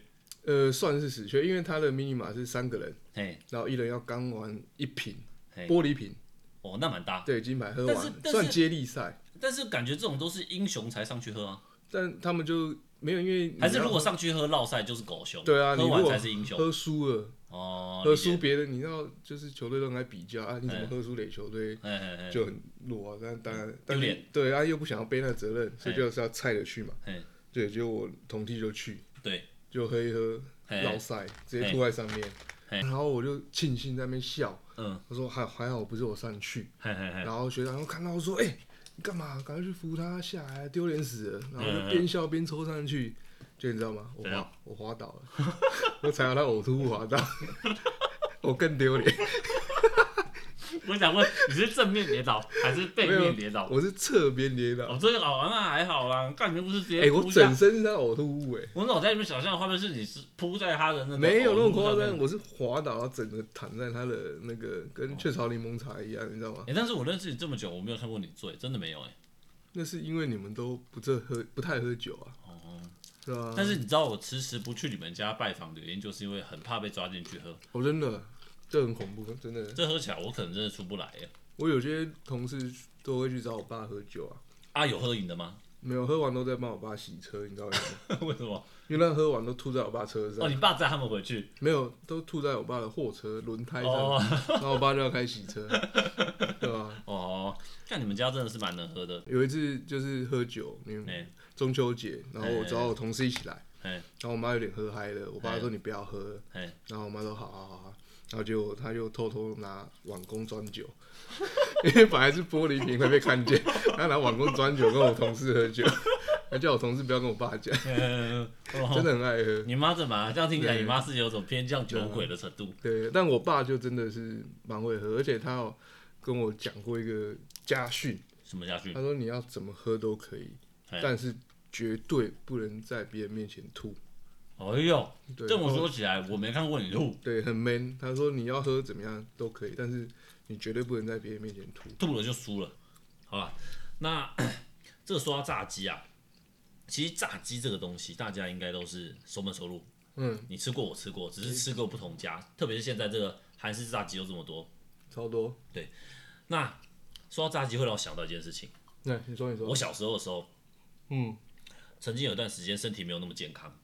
[SPEAKER 2] 呃，算是死缺，因为他的 mini 码是三个人，
[SPEAKER 1] 嘿，
[SPEAKER 2] 然后一人要刚玩一瓶
[SPEAKER 1] 嘿
[SPEAKER 2] 玻璃瓶，
[SPEAKER 1] 哦，那蛮大，
[SPEAKER 2] 对，金牌喝
[SPEAKER 1] 但是
[SPEAKER 2] 完
[SPEAKER 1] 但是
[SPEAKER 2] 算接力赛，
[SPEAKER 1] 但是感觉这种都是英雄才上去喝啊，
[SPEAKER 2] 但他们就没有，因为你
[SPEAKER 1] 还是
[SPEAKER 2] 要
[SPEAKER 1] 如果上去喝落赛就是狗熊，
[SPEAKER 2] 对啊，你
[SPEAKER 1] 喝
[SPEAKER 2] 如
[SPEAKER 1] 完
[SPEAKER 2] 果
[SPEAKER 1] 才是英雄，
[SPEAKER 2] 喝输了，
[SPEAKER 1] 哦，
[SPEAKER 2] 喝
[SPEAKER 1] 理解
[SPEAKER 2] 输，别人，你知道就是球队都很爱比较啊，你
[SPEAKER 1] 哎
[SPEAKER 2] 怎么喝输垒球队
[SPEAKER 1] 嘿嘿嘿，
[SPEAKER 2] 就很弱啊，但当然，但
[SPEAKER 1] 丢嗯
[SPEAKER 2] 是
[SPEAKER 1] 脸哎
[SPEAKER 2] 对啊，又不想要背那个责任，所以
[SPEAKER 1] 嘿
[SPEAKER 2] 就是要菜着去嘛
[SPEAKER 1] 嘿，
[SPEAKER 2] 对，结果我同梯就去，
[SPEAKER 1] 对，
[SPEAKER 2] 就喝一喝
[SPEAKER 1] 嘿
[SPEAKER 2] 绕赛，直接
[SPEAKER 1] 嘿
[SPEAKER 2] 吐在上面，
[SPEAKER 1] 嘿
[SPEAKER 2] 然后我就庆幸在那边笑，
[SPEAKER 1] 哎嗯，
[SPEAKER 2] 我说还还好不是我上去，
[SPEAKER 1] 嘿嘿嘿，
[SPEAKER 2] 然后学长又看到我说，哎、你干嘛？赶快去扶他下来，丢脸死了！然后
[SPEAKER 1] 嗯嗯
[SPEAKER 2] 我就边笑边抽上去，就你知道吗？我
[SPEAKER 1] 怎样
[SPEAKER 2] 滑我滑倒了， 我踩到他呕吐物滑倒， 我更丢脸。
[SPEAKER 1] 我想问你是正面跌倒还是背面跌倒？
[SPEAKER 2] 我是侧边跌倒，
[SPEAKER 1] 哦，这个哦，那还好啦，感觉不是直
[SPEAKER 2] 哎、
[SPEAKER 1] 接
[SPEAKER 2] 我
[SPEAKER 1] 扑
[SPEAKER 2] 整
[SPEAKER 1] 下。
[SPEAKER 2] 身是他呕吐物、哎，
[SPEAKER 1] 我脑袋里面想象的画面是你是扑在他的那种
[SPEAKER 2] 没有那么夸
[SPEAKER 1] 哦呕吐上
[SPEAKER 2] 张，
[SPEAKER 1] 面。
[SPEAKER 2] 我是滑倒，然后整个躺在他的那个跟雀巢柠檬茶一样，你知道吗？
[SPEAKER 1] 哎、但是我认识你这么久，我没有看过你醉，真的没有哎、
[SPEAKER 2] 那是因为你们都不这喝不太喝酒啊，
[SPEAKER 1] 哦，
[SPEAKER 2] 是吧？
[SPEAKER 1] 但是你知道我迟迟不去你们家拜访的原因，就是因为很怕被抓进去喝。
[SPEAKER 2] 我、哦真的这很恐怖，真的。
[SPEAKER 1] 这喝起来我可能真的出不来哎。
[SPEAKER 2] 我有些同事都会去找我爸喝酒啊，
[SPEAKER 1] 啊，有喝饮的吗？
[SPEAKER 2] 没有喝完都在帮我爸洗车，你知道吗？
[SPEAKER 1] 为什么？
[SPEAKER 2] 因为他喝完都吐在我爸车
[SPEAKER 1] 哦，
[SPEAKER 2] 上，
[SPEAKER 1] 你爸载他们回去。
[SPEAKER 2] 没有都吐在我爸的货车轮胎上，
[SPEAKER 1] 哦
[SPEAKER 2] 然后我爸就要开洗车，对吧？
[SPEAKER 1] 哦，看你们家真的是蛮能喝 的。
[SPEAKER 2] 有一次就是喝酒，你
[SPEAKER 1] 哎、
[SPEAKER 2] 中秋节，然后我找我同事一起来，
[SPEAKER 1] 哎
[SPEAKER 2] 然后我妈有点喝嗨了，我爸说你不要喝了
[SPEAKER 1] 哎，
[SPEAKER 2] 然后我妈说好好好好，然后结果他就偷偷拿碗公装酒， 因为本来是玻璃瓶会被看见，他拿碗公装酒跟我同事喝酒，他叫我同事不要跟我爸讲，
[SPEAKER 1] 嗯
[SPEAKER 2] 真
[SPEAKER 1] 哦，
[SPEAKER 2] 的很爱喝。
[SPEAKER 1] 你妈怎么啊？这样听起来，
[SPEAKER 2] 对
[SPEAKER 1] 你妈是有种偏向酒鬼的程度。
[SPEAKER 2] 对，但我爸就真的是蛮会喝，而且他有跟我讲过一个家训，
[SPEAKER 1] 什么家具
[SPEAKER 2] 他？说你要怎么喝都可以，
[SPEAKER 1] 嗯哎
[SPEAKER 2] 但是绝对不能在别人面前吐。
[SPEAKER 1] 哎呦，
[SPEAKER 2] 对，
[SPEAKER 1] 这么说起来，我没看过你吐，
[SPEAKER 2] 对，很 man。他说你要喝怎么样都可以，但是你绝对不能在别人面前吐。
[SPEAKER 1] 吐了就输了。好了，那 这个说到炸鸡啊，其实炸鸡这个东西，大家应该都是熟门熟路。
[SPEAKER 2] 嗯，
[SPEAKER 1] 你吃过，我吃过，只是吃过不同家。特别是现在这个韩式炸鸡又这么多，
[SPEAKER 2] 超多。
[SPEAKER 1] 那说到炸鸡，会让我想到一件事情。
[SPEAKER 2] 那、你说，你说，
[SPEAKER 1] 我小时候的时候，
[SPEAKER 2] 嗯，
[SPEAKER 1] 曾经有一段时间身体没有那么健康，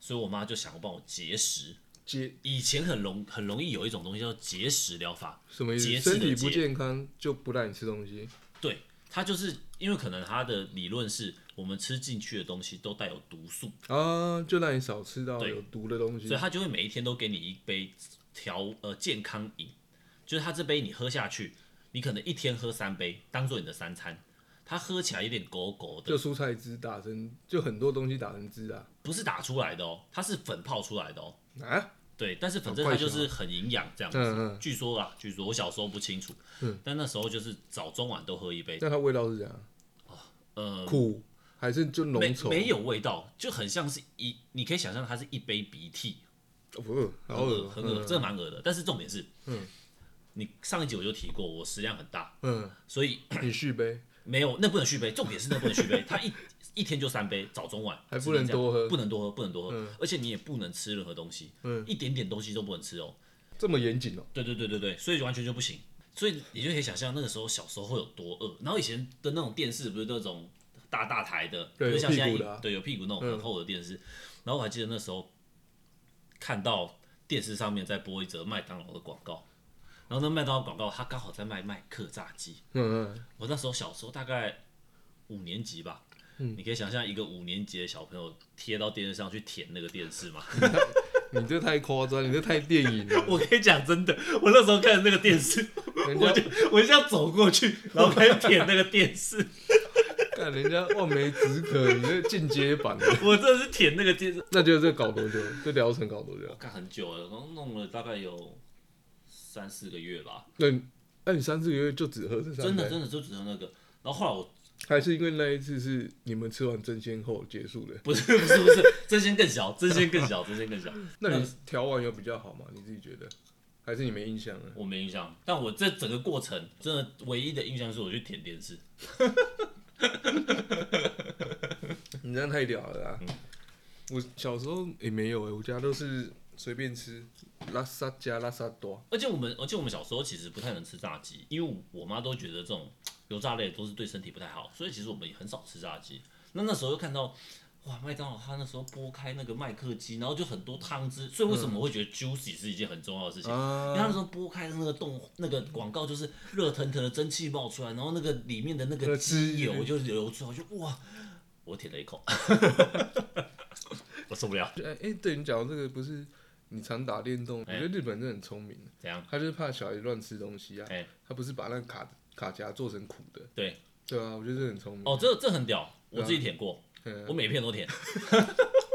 [SPEAKER 1] 所以我妈就想要帮我节食。
[SPEAKER 2] 节
[SPEAKER 1] 以前很容很容易有一种东西叫节食疗法，
[SPEAKER 2] 什么意
[SPEAKER 1] 节
[SPEAKER 2] 思？
[SPEAKER 1] 制的
[SPEAKER 2] 身体不
[SPEAKER 1] 节
[SPEAKER 2] 健康就不让你吃东西。
[SPEAKER 1] 对，它就是因为可能它的理论是我们吃进去的东西都带有毒素，
[SPEAKER 2] 啊，就让你少吃到
[SPEAKER 1] 对啊
[SPEAKER 2] 有毒的东西
[SPEAKER 1] 所以。它就会每一天都给你一杯调呃健康饮，就是它这杯你喝下去，你可能一天喝三杯，当做你的三餐。它喝起来有点狗狗的，
[SPEAKER 2] 就蔬菜汁打成，就很多东西打成汁啊
[SPEAKER 1] 不是打出来的哦，它是粉泡出来的哦。
[SPEAKER 2] 啊！
[SPEAKER 1] 对，但是反正
[SPEAKER 2] 好
[SPEAKER 1] 它
[SPEAKER 2] 怪啊
[SPEAKER 1] 就是很营养这样子。
[SPEAKER 2] 嗯嗯
[SPEAKER 1] 据说啊，据说我小时候不清楚，
[SPEAKER 2] 嗯
[SPEAKER 1] 但那时候就是早中晚都喝一杯，
[SPEAKER 2] 那它味道是怎样？
[SPEAKER 1] 呃，
[SPEAKER 2] 苦还是就浓
[SPEAKER 1] 没
[SPEAKER 2] 稠？
[SPEAKER 1] 没有味道，就很像是一，你可以想象它是一杯鼻涕，
[SPEAKER 2] 哦，不饿，
[SPEAKER 1] 很
[SPEAKER 2] 好恶，
[SPEAKER 1] 很恶，
[SPEAKER 2] 嗯
[SPEAKER 1] 真的蛮恶的。但是重点是，嗯，你上一集我就提过，我食量很大，
[SPEAKER 2] 嗯，
[SPEAKER 1] 所以
[SPEAKER 2] 你续杯，
[SPEAKER 1] 没有那不能续杯，重点是那不能续 杯，它一一天就三杯，早中晚
[SPEAKER 2] 还
[SPEAKER 1] 只
[SPEAKER 2] 不能
[SPEAKER 1] 这样
[SPEAKER 2] 多喝
[SPEAKER 1] 不能多喝，不能多喝，而且你也不能吃任何东西，
[SPEAKER 2] 嗯，
[SPEAKER 1] 一点点东西都不能吃哦。
[SPEAKER 2] 这么严谨哦。
[SPEAKER 1] 对对对对对，所以完全就不行。所以你就可以想象那个时候小时候会有多饿。然后以前的那种电视不是那种大大台的，嗯
[SPEAKER 2] 对
[SPEAKER 1] 不是像
[SPEAKER 2] 有屁
[SPEAKER 1] 现
[SPEAKER 2] 股
[SPEAKER 1] 在
[SPEAKER 2] 的啊
[SPEAKER 1] 对有屁股那种很厚的电视。然后我还记得那时候看到电视上面在播一则麦当劳的广告，然后那麦当劳广告它刚好在卖麦克炸鸡。
[SPEAKER 2] 嗯嗯，
[SPEAKER 1] 我那时候小时候大概五年级吧。你可以想象一个五年级的小朋友贴到电视上去舔那个电视吗？
[SPEAKER 2] 嗯你这太夸张，你这太电影了。
[SPEAKER 1] 我跟你讲真的，我那时候看那个电视，
[SPEAKER 2] 人
[SPEAKER 1] 我
[SPEAKER 2] 家
[SPEAKER 1] 就 我就要走过去，然后开始舔那个电视，
[SPEAKER 2] 看人家望梅止渴，你这进阶版的，
[SPEAKER 1] 我真的是舔那个电视。
[SPEAKER 2] 那就这搞多久？这疗程搞多久
[SPEAKER 1] 我？看哦很久了，然后弄了大概有三四个月吧，
[SPEAKER 2] 那你那你三四个月就只喝这三
[SPEAKER 1] 真的
[SPEAKER 2] 杯
[SPEAKER 1] 真的就只剩那个。然后后来我
[SPEAKER 2] 还是因为那一次是你们吃完真鲜后结束的？
[SPEAKER 1] 不是不是 不是，真鲜更小，真鲜更小，真鲜更小，
[SPEAKER 2] 那
[SPEAKER 1] 呃
[SPEAKER 2] 你调完有比较好吗？你自己觉得？还是你没印象了？啊
[SPEAKER 1] 我没印象。但我这整个过程真的唯一的印象是我去舔电视。
[SPEAKER 2] 你这样太屌了
[SPEAKER 1] 嗯
[SPEAKER 2] 啦！我小时候也、没有哎、我家都是随便吃，拉萨加拉萨多。
[SPEAKER 1] 而且我们，而且我们小时候其实不太能吃炸鸡，因为我妈都觉得这种油炸类都是对身体不太好，所以其实我们也很少吃炸鸡。那那时候又看到，哇，麦当劳它那时候剥开那个麦克鸡，然后就很多汤汁，所以为什么我会
[SPEAKER 2] 嗯
[SPEAKER 1] 觉得 juicy 是一件很重要的事情？
[SPEAKER 2] 啊
[SPEAKER 1] 因为它那时候剥开的那个动那个广告就是热腾腾的蒸汽冒出来，然后那个里面的那
[SPEAKER 2] 那
[SPEAKER 1] 个
[SPEAKER 2] 个汁
[SPEAKER 1] 鸡油就流出来，我就哇， 我舔了一口，我受不了。
[SPEAKER 2] 哎、哎，对你讲到这个，不是你常打电动，我觉
[SPEAKER 1] 哎
[SPEAKER 2] 得日本人很聪明的，
[SPEAKER 1] 怎样？
[SPEAKER 2] 他就是怕小孩乱吃东西啊
[SPEAKER 1] 哎，
[SPEAKER 2] 他不是把那个卡卡夹做成苦的，
[SPEAKER 1] 对，
[SPEAKER 2] 对啊，我觉得这很聪明。
[SPEAKER 1] 哦，这这很屌，我
[SPEAKER 2] 对啊
[SPEAKER 1] 自己舔过，
[SPEAKER 2] 嗯
[SPEAKER 1] 我每片都舔。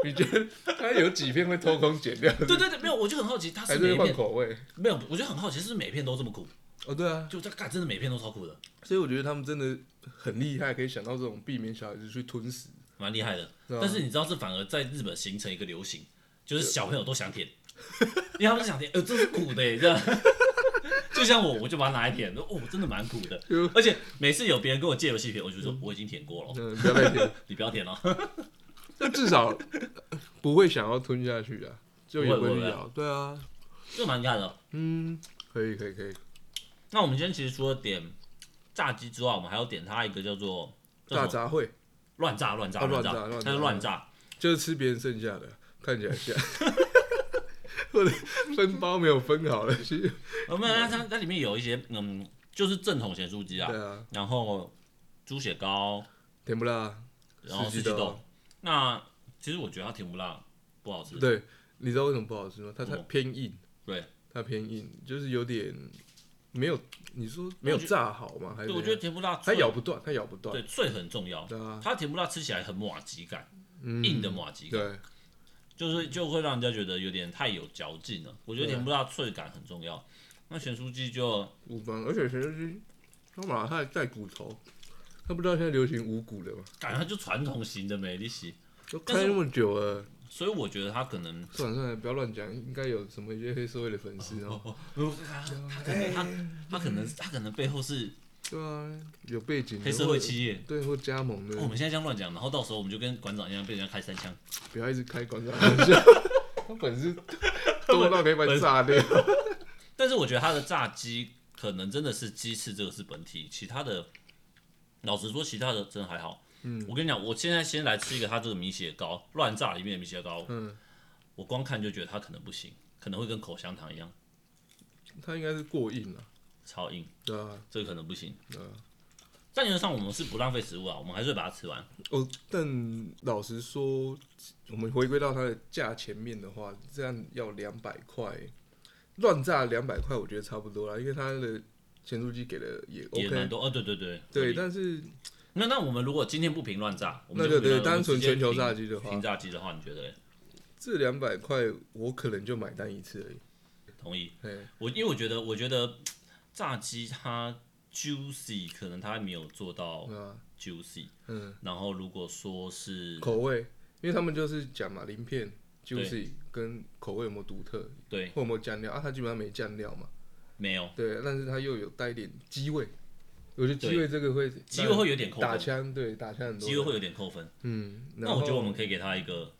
[SPEAKER 2] 你觉得他有几片会偷工减料，
[SPEAKER 1] 对对对，没有，我就很好奇，它
[SPEAKER 2] 还
[SPEAKER 1] 是
[SPEAKER 2] 哎
[SPEAKER 1] 每
[SPEAKER 2] 是会
[SPEAKER 1] 一
[SPEAKER 2] 换
[SPEAKER 1] 片
[SPEAKER 2] 口味？
[SPEAKER 1] 没有，我就很好奇，是不是每片都这么苦？
[SPEAKER 2] 哦，对啊，
[SPEAKER 1] 就这干，真的每片都超苦的，
[SPEAKER 2] 所以我觉得他们真的很厉害，可以想到这种避免小孩子去吞食。
[SPEAKER 1] 蛮厉害的。
[SPEAKER 2] 对啊
[SPEAKER 1] 但是你知道，这反而在日本形成一个流行，就是小朋友都想舔，因为他们就想舔，呃，这是苦的耶，这样。 就像我，我就把它拿来舔，哦，真的蛮苦的
[SPEAKER 2] 就。
[SPEAKER 1] 而且每次有别人跟我借游戏片，我就说我已经舔过了，
[SPEAKER 2] 嗯，不要再舔，
[SPEAKER 1] 你不要舔了。
[SPEAKER 2] 那至少不会想要吞下去 啊，就也
[SPEAKER 1] 不会
[SPEAKER 2] 会
[SPEAKER 1] 不会
[SPEAKER 2] 咬。对啊，
[SPEAKER 1] 这蛮厉害的。
[SPEAKER 2] 嗯，可以可以可以，
[SPEAKER 1] 那我们今天其实除了点炸鸡之外，我们还要点它一个叫做叫什
[SPEAKER 2] 大
[SPEAKER 1] 么
[SPEAKER 2] 杂烩
[SPEAKER 1] 乱炸乱炸
[SPEAKER 2] 啊
[SPEAKER 1] 乱
[SPEAKER 2] 乱
[SPEAKER 1] 炸
[SPEAKER 2] 炸乱，炸
[SPEAKER 1] 它是乱炸。
[SPEAKER 2] 就是吃别人剩下 的，看起来像，或者分包没有分 好了，其实
[SPEAKER 1] 我们它它它里面哦有一些嗯，就是正统咸酥鸡啊，
[SPEAKER 2] 对啊，
[SPEAKER 1] 然后猪血糕，
[SPEAKER 2] 甜不辣，
[SPEAKER 1] 然后四
[SPEAKER 2] 四
[SPEAKER 1] 季
[SPEAKER 2] 季
[SPEAKER 1] 豆
[SPEAKER 2] 豆。
[SPEAKER 1] 那其实我觉得它甜不辣，不好吃。
[SPEAKER 2] 对，你知道为什么不好吃吗？它
[SPEAKER 1] 为
[SPEAKER 2] 它
[SPEAKER 1] 什么
[SPEAKER 2] 偏硬，
[SPEAKER 1] 对，
[SPEAKER 2] 它偏硬，就是有点没有，你说没有
[SPEAKER 1] 我觉
[SPEAKER 2] 炸好吗？还是
[SPEAKER 1] 对，我
[SPEAKER 2] 怎
[SPEAKER 1] 觉得
[SPEAKER 2] 样
[SPEAKER 1] 甜不辣
[SPEAKER 2] 它
[SPEAKER 1] 脆，
[SPEAKER 2] 咬不断，它咬不断，
[SPEAKER 1] 对脆很重要。
[SPEAKER 2] 对啊，
[SPEAKER 1] 它甜不辣吃起来很马吉感，
[SPEAKER 2] 嗯
[SPEAKER 1] 硬的马吉感，
[SPEAKER 2] 对，
[SPEAKER 1] 就是就会让人家觉得有点太有嚼劲了。我觉得
[SPEAKER 2] 对啊
[SPEAKER 1] 甜不辣脆感很重要。那咸酥鸡就
[SPEAKER 2] 五方，而且咸酥鸡，他把它还带骨头，他不知道现在流行无骨的吗？
[SPEAKER 1] 感觉它就传统型的美丽西，
[SPEAKER 2] 都
[SPEAKER 1] 但是
[SPEAKER 2] 开那么久了，
[SPEAKER 1] 所以我觉得它可能，
[SPEAKER 2] 算了算了，不要乱讲，应该有什么一些黑社会的粉丝哦，
[SPEAKER 1] 它它可能它它可能它可能背后是
[SPEAKER 2] 对啊，有背景的
[SPEAKER 1] 黑社会
[SPEAKER 2] 或
[SPEAKER 1] 企业。
[SPEAKER 2] 对或加盟的
[SPEAKER 1] 哦，我，们现在这样乱讲，然后到时候我们就跟馆长一样被人家开三枪。
[SPEAKER 2] 不要一直开馆长玩笑， 他本事 多到可以把你炸掉，
[SPEAKER 1] 但是我觉得它的炸鸡可能真的是鸡翅这个是本体，其他的老实说，其他的真的还好。嗯，我跟你讲，我现在先来吃一个它这个米血糕，乱炸里面的米血糕，
[SPEAKER 2] 嗯，
[SPEAKER 1] 我光看就觉得它可能不行，可能会跟口香糖一样
[SPEAKER 2] 他应该是过硬了，
[SPEAKER 1] 超硬，
[SPEAKER 2] 对啊，
[SPEAKER 1] 这个可能不行。
[SPEAKER 2] 对啊。
[SPEAKER 1] 但原则上我们是不浪费食物啊，我们还是会把它吃完。
[SPEAKER 2] 哦，但老实说，我们回归到它的价钱面的话，这样要两百块，乱炸两百块，我觉得差不多啦，因为它的咸酥鸡给的也
[SPEAKER 1] 也蛮
[SPEAKER 2] OK，
[SPEAKER 1] 多哦，对对对
[SPEAKER 2] 对，
[SPEAKER 1] 合理
[SPEAKER 2] 但是
[SPEAKER 1] 那那我们如果今天不评乱炸，我们
[SPEAKER 2] 那
[SPEAKER 1] 就
[SPEAKER 2] 就
[SPEAKER 1] 不评
[SPEAKER 2] 对，
[SPEAKER 1] 乱炸
[SPEAKER 2] 单纯全球炸，鸡
[SPEAKER 1] 我们直
[SPEAKER 2] 的
[SPEAKER 1] 接评评
[SPEAKER 2] 话，
[SPEAKER 1] 炸鸡的话，你觉得嘞？
[SPEAKER 2] 这两百块我可能就买单一次而已。
[SPEAKER 1] 同意？
[SPEAKER 2] 嘿，
[SPEAKER 1] 我因为我觉得，我觉得炸鸡它 juicy 可能它没有做到
[SPEAKER 2] 对啊，
[SPEAKER 1] juicy，
[SPEAKER 2] 嗯，
[SPEAKER 1] 然后如果说是
[SPEAKER 2] 口味，因为他们就是讲嘛，鳞片、juicy 跟口味有没有独特，
[SPEAKER 1] 对
[SPEAKER 2] 或有没有酱料啊，它基本上没酱料嘛，
[SPEAKER 1] 没有
[SPEAKER 2] 对，但是它又有带一点鸡味，我觉得鸡
[SPEAKER 1] 对
[SPEAKER 2] 味这个会
[SPEAKER 1] 鸡肉会有点扣
[SPEAKER 2] 打
[SPEAKER 1] 分，
[SPEAKER 2] 枪，对，打枪很多。
[SPEAKER 1] 鸡肉会有点扣分。
[SPEAKER 2] 嗯，然
[SPEAKER 1] 那
[SPEAKER 2] 后
[SPEAKER 1] 我觉得我们可以给它一个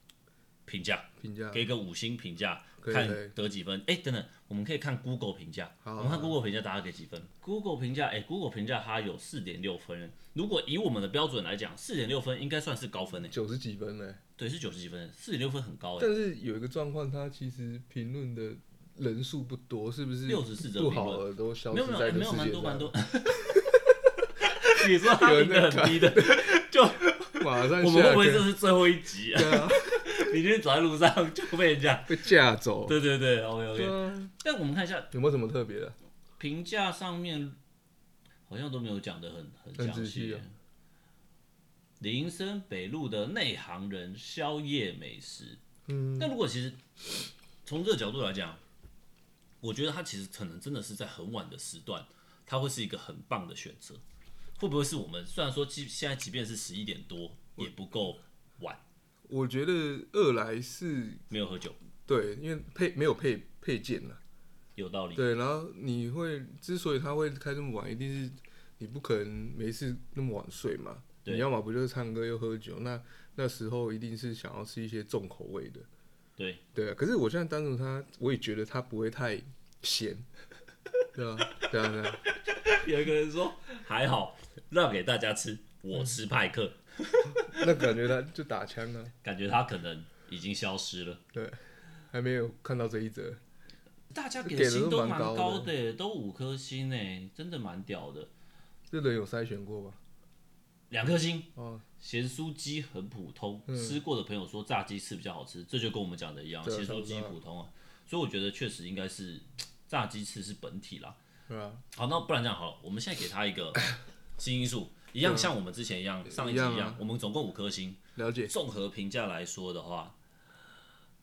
[SPEAKER 1] 评价，
[SPEAKER 2] 评价
[SPEAKER 1] 给一个五星评价，
[SPEAKER 2] 可以可以
[SPEAKER 1] 看得几分。哎，等等，我们可以看 Google 评价，我
[SPEAKER 2] 好
[SPEAKER 1] 们看 Google 评价大家给几分？Google 评价，哎，Google 评价它有四点六分，如果以我们的标准来讲，四点六分应该算是高分诶，
[SPEAKER 2] 九十几分嘞、欸
[SPEAKER 1] 对，是九十几分，四点六分很高诶。
[SPEAKER 2] 但是有一个状况，它其实评论的人数不多，是不是？
[SPEAKER 1] 64则
[SPEAKER 2] 不
[SPEAKER 1] 评论
[SPEAKER 2] 好的都消
[SPEAKER 1] 没有
[SPEAKER 2] 失
[SPEAKER 1] 没有
[SPEAKER 2] 在
[SPEAKER 1] 哎
[SPEAKER 2] 这
[SPEAKER 1] 没
[SPEAKER 2] 世
[SPEAKER 1] 有蛮
[SPEAKER 2] 界
[SPEAKER 1] 多蛮
[SPEAKER 2] 上，
[SPEAKER 1] 多。 你说他评的很低的，就
[SPEAKER 2] 马上
[SPEAKER 1] 我们会
[SPEAKER 2] 下
[SPEAKER 1] 不会这
[SPEAKER 2] 课，
[SPEAKER 1] 是最后一集、啊？
[SPEAKER 2] 对啊，
[SPEAKER 1] 你今天走在路上就被人 家……
[SPEAKER 2] 被架走。
[SPEAKER 1] 对对对，OK OK。
[SPEAKER 2] 啊，
[SPEAKER 1] 但我们看一下
[SPEAKER 2] 有没有什么特别的？
[SPEAKER 1] 评价上面，好像都没有讲的很很
[SPEAKER 2] 很
[SPEAKER 1] 详
[SPEAKER 2] 仔细
[SPEAKER 1] 细
[SPEAKER 2] 啊。
[SPEAKER 1] 林森北路的内行人宵夜美食，
[SPEAKER 2] 嗯，
[SPEAKER 1] 但如果其实从这个角度来讲，我觉得它其实可能真的是在很晚的时段，它会是一个很棒的选择。会不会是我们虽然说即现在即便是十一点多也不够晚，
[SPEAKER 2] 我觉得二来是
[SPEAKER 1] 没有喝酒，
[SPEAKER 2] 对，因为配没有配配件啊了，
[SPEAKER 1] 有道理。
[SPEAKER 2] 对，然后你会之所以他会开这么晚，一定是你不可能没事那么晚睡嘛。
[SPEAKER 1] 对
[SPEAKER 2] 你要么不就是唱歌又喝酒，那那时候一定是想要吃一些重口味的。
[SPEAKER 1] 对，
[SPEAKER 2] 对啊，可是我现在单独它，我也觉得它不会太咸，对啊，对啊，对啊，
[SPEAKER 1] 有一个人说还好，让给大家吃，
[SPEAKER 2] 嗯
[SPEAKER 1] 我吃派克，
[SPEAKER 2] 那感觉它就打枪啊，
[SPEAKER 1] 感觉他可能已经消失了。
[SPEAKER 2] 对，还没有看到这一则，
[SPEAKER 1] 大家给的
[SPEAKER 2] 给的
[SPEAKER 1] 星
[SPEAKER 2] 都
[SPEAKER 1] 都
[SPEAKER 2] 蛮
[SPEAKER 1] 蛮
[SPEAKER 2] 高
[SPEAKER 1] 高
[SPEAKER 2] 的
[SPEAKER 1] 的耶，都五颗星诶，真的蛮屌的。
[SPEAKER 2] 这人有筛选过吧？
[SPEAKER 1] 两颗星，
[SPEAKER 2] 哦，嗯
[SPEAKER 1] 咸酥鸡很普通，吃过的朋友说炸鸡翅比较好吃，这就跟我们讲的一样，
[SPEAKER 2] 对啊
[SPEAKER 1] 咸酥
[SPEAKER 2] 差
[SPEAKER 1] 鸡
[SPEAKER 2] 不多啊
[SPEAKER 1] 普通啊。所以我觉得确实应该是炸鸡翅是本体啦。
[SPEAKER 2] 对啊，
[SPEAKER 1] 好，那不然这样好了，我们现在给他一 个新因素，一样像我们之前一样，上一集
[SPEAKER 2] 一样啊
[SPEAKER 1] 一样，我们总共五颗星。
[SPEAKER 2] 了解。
[SPEAKER 1] 综合评价来说的话，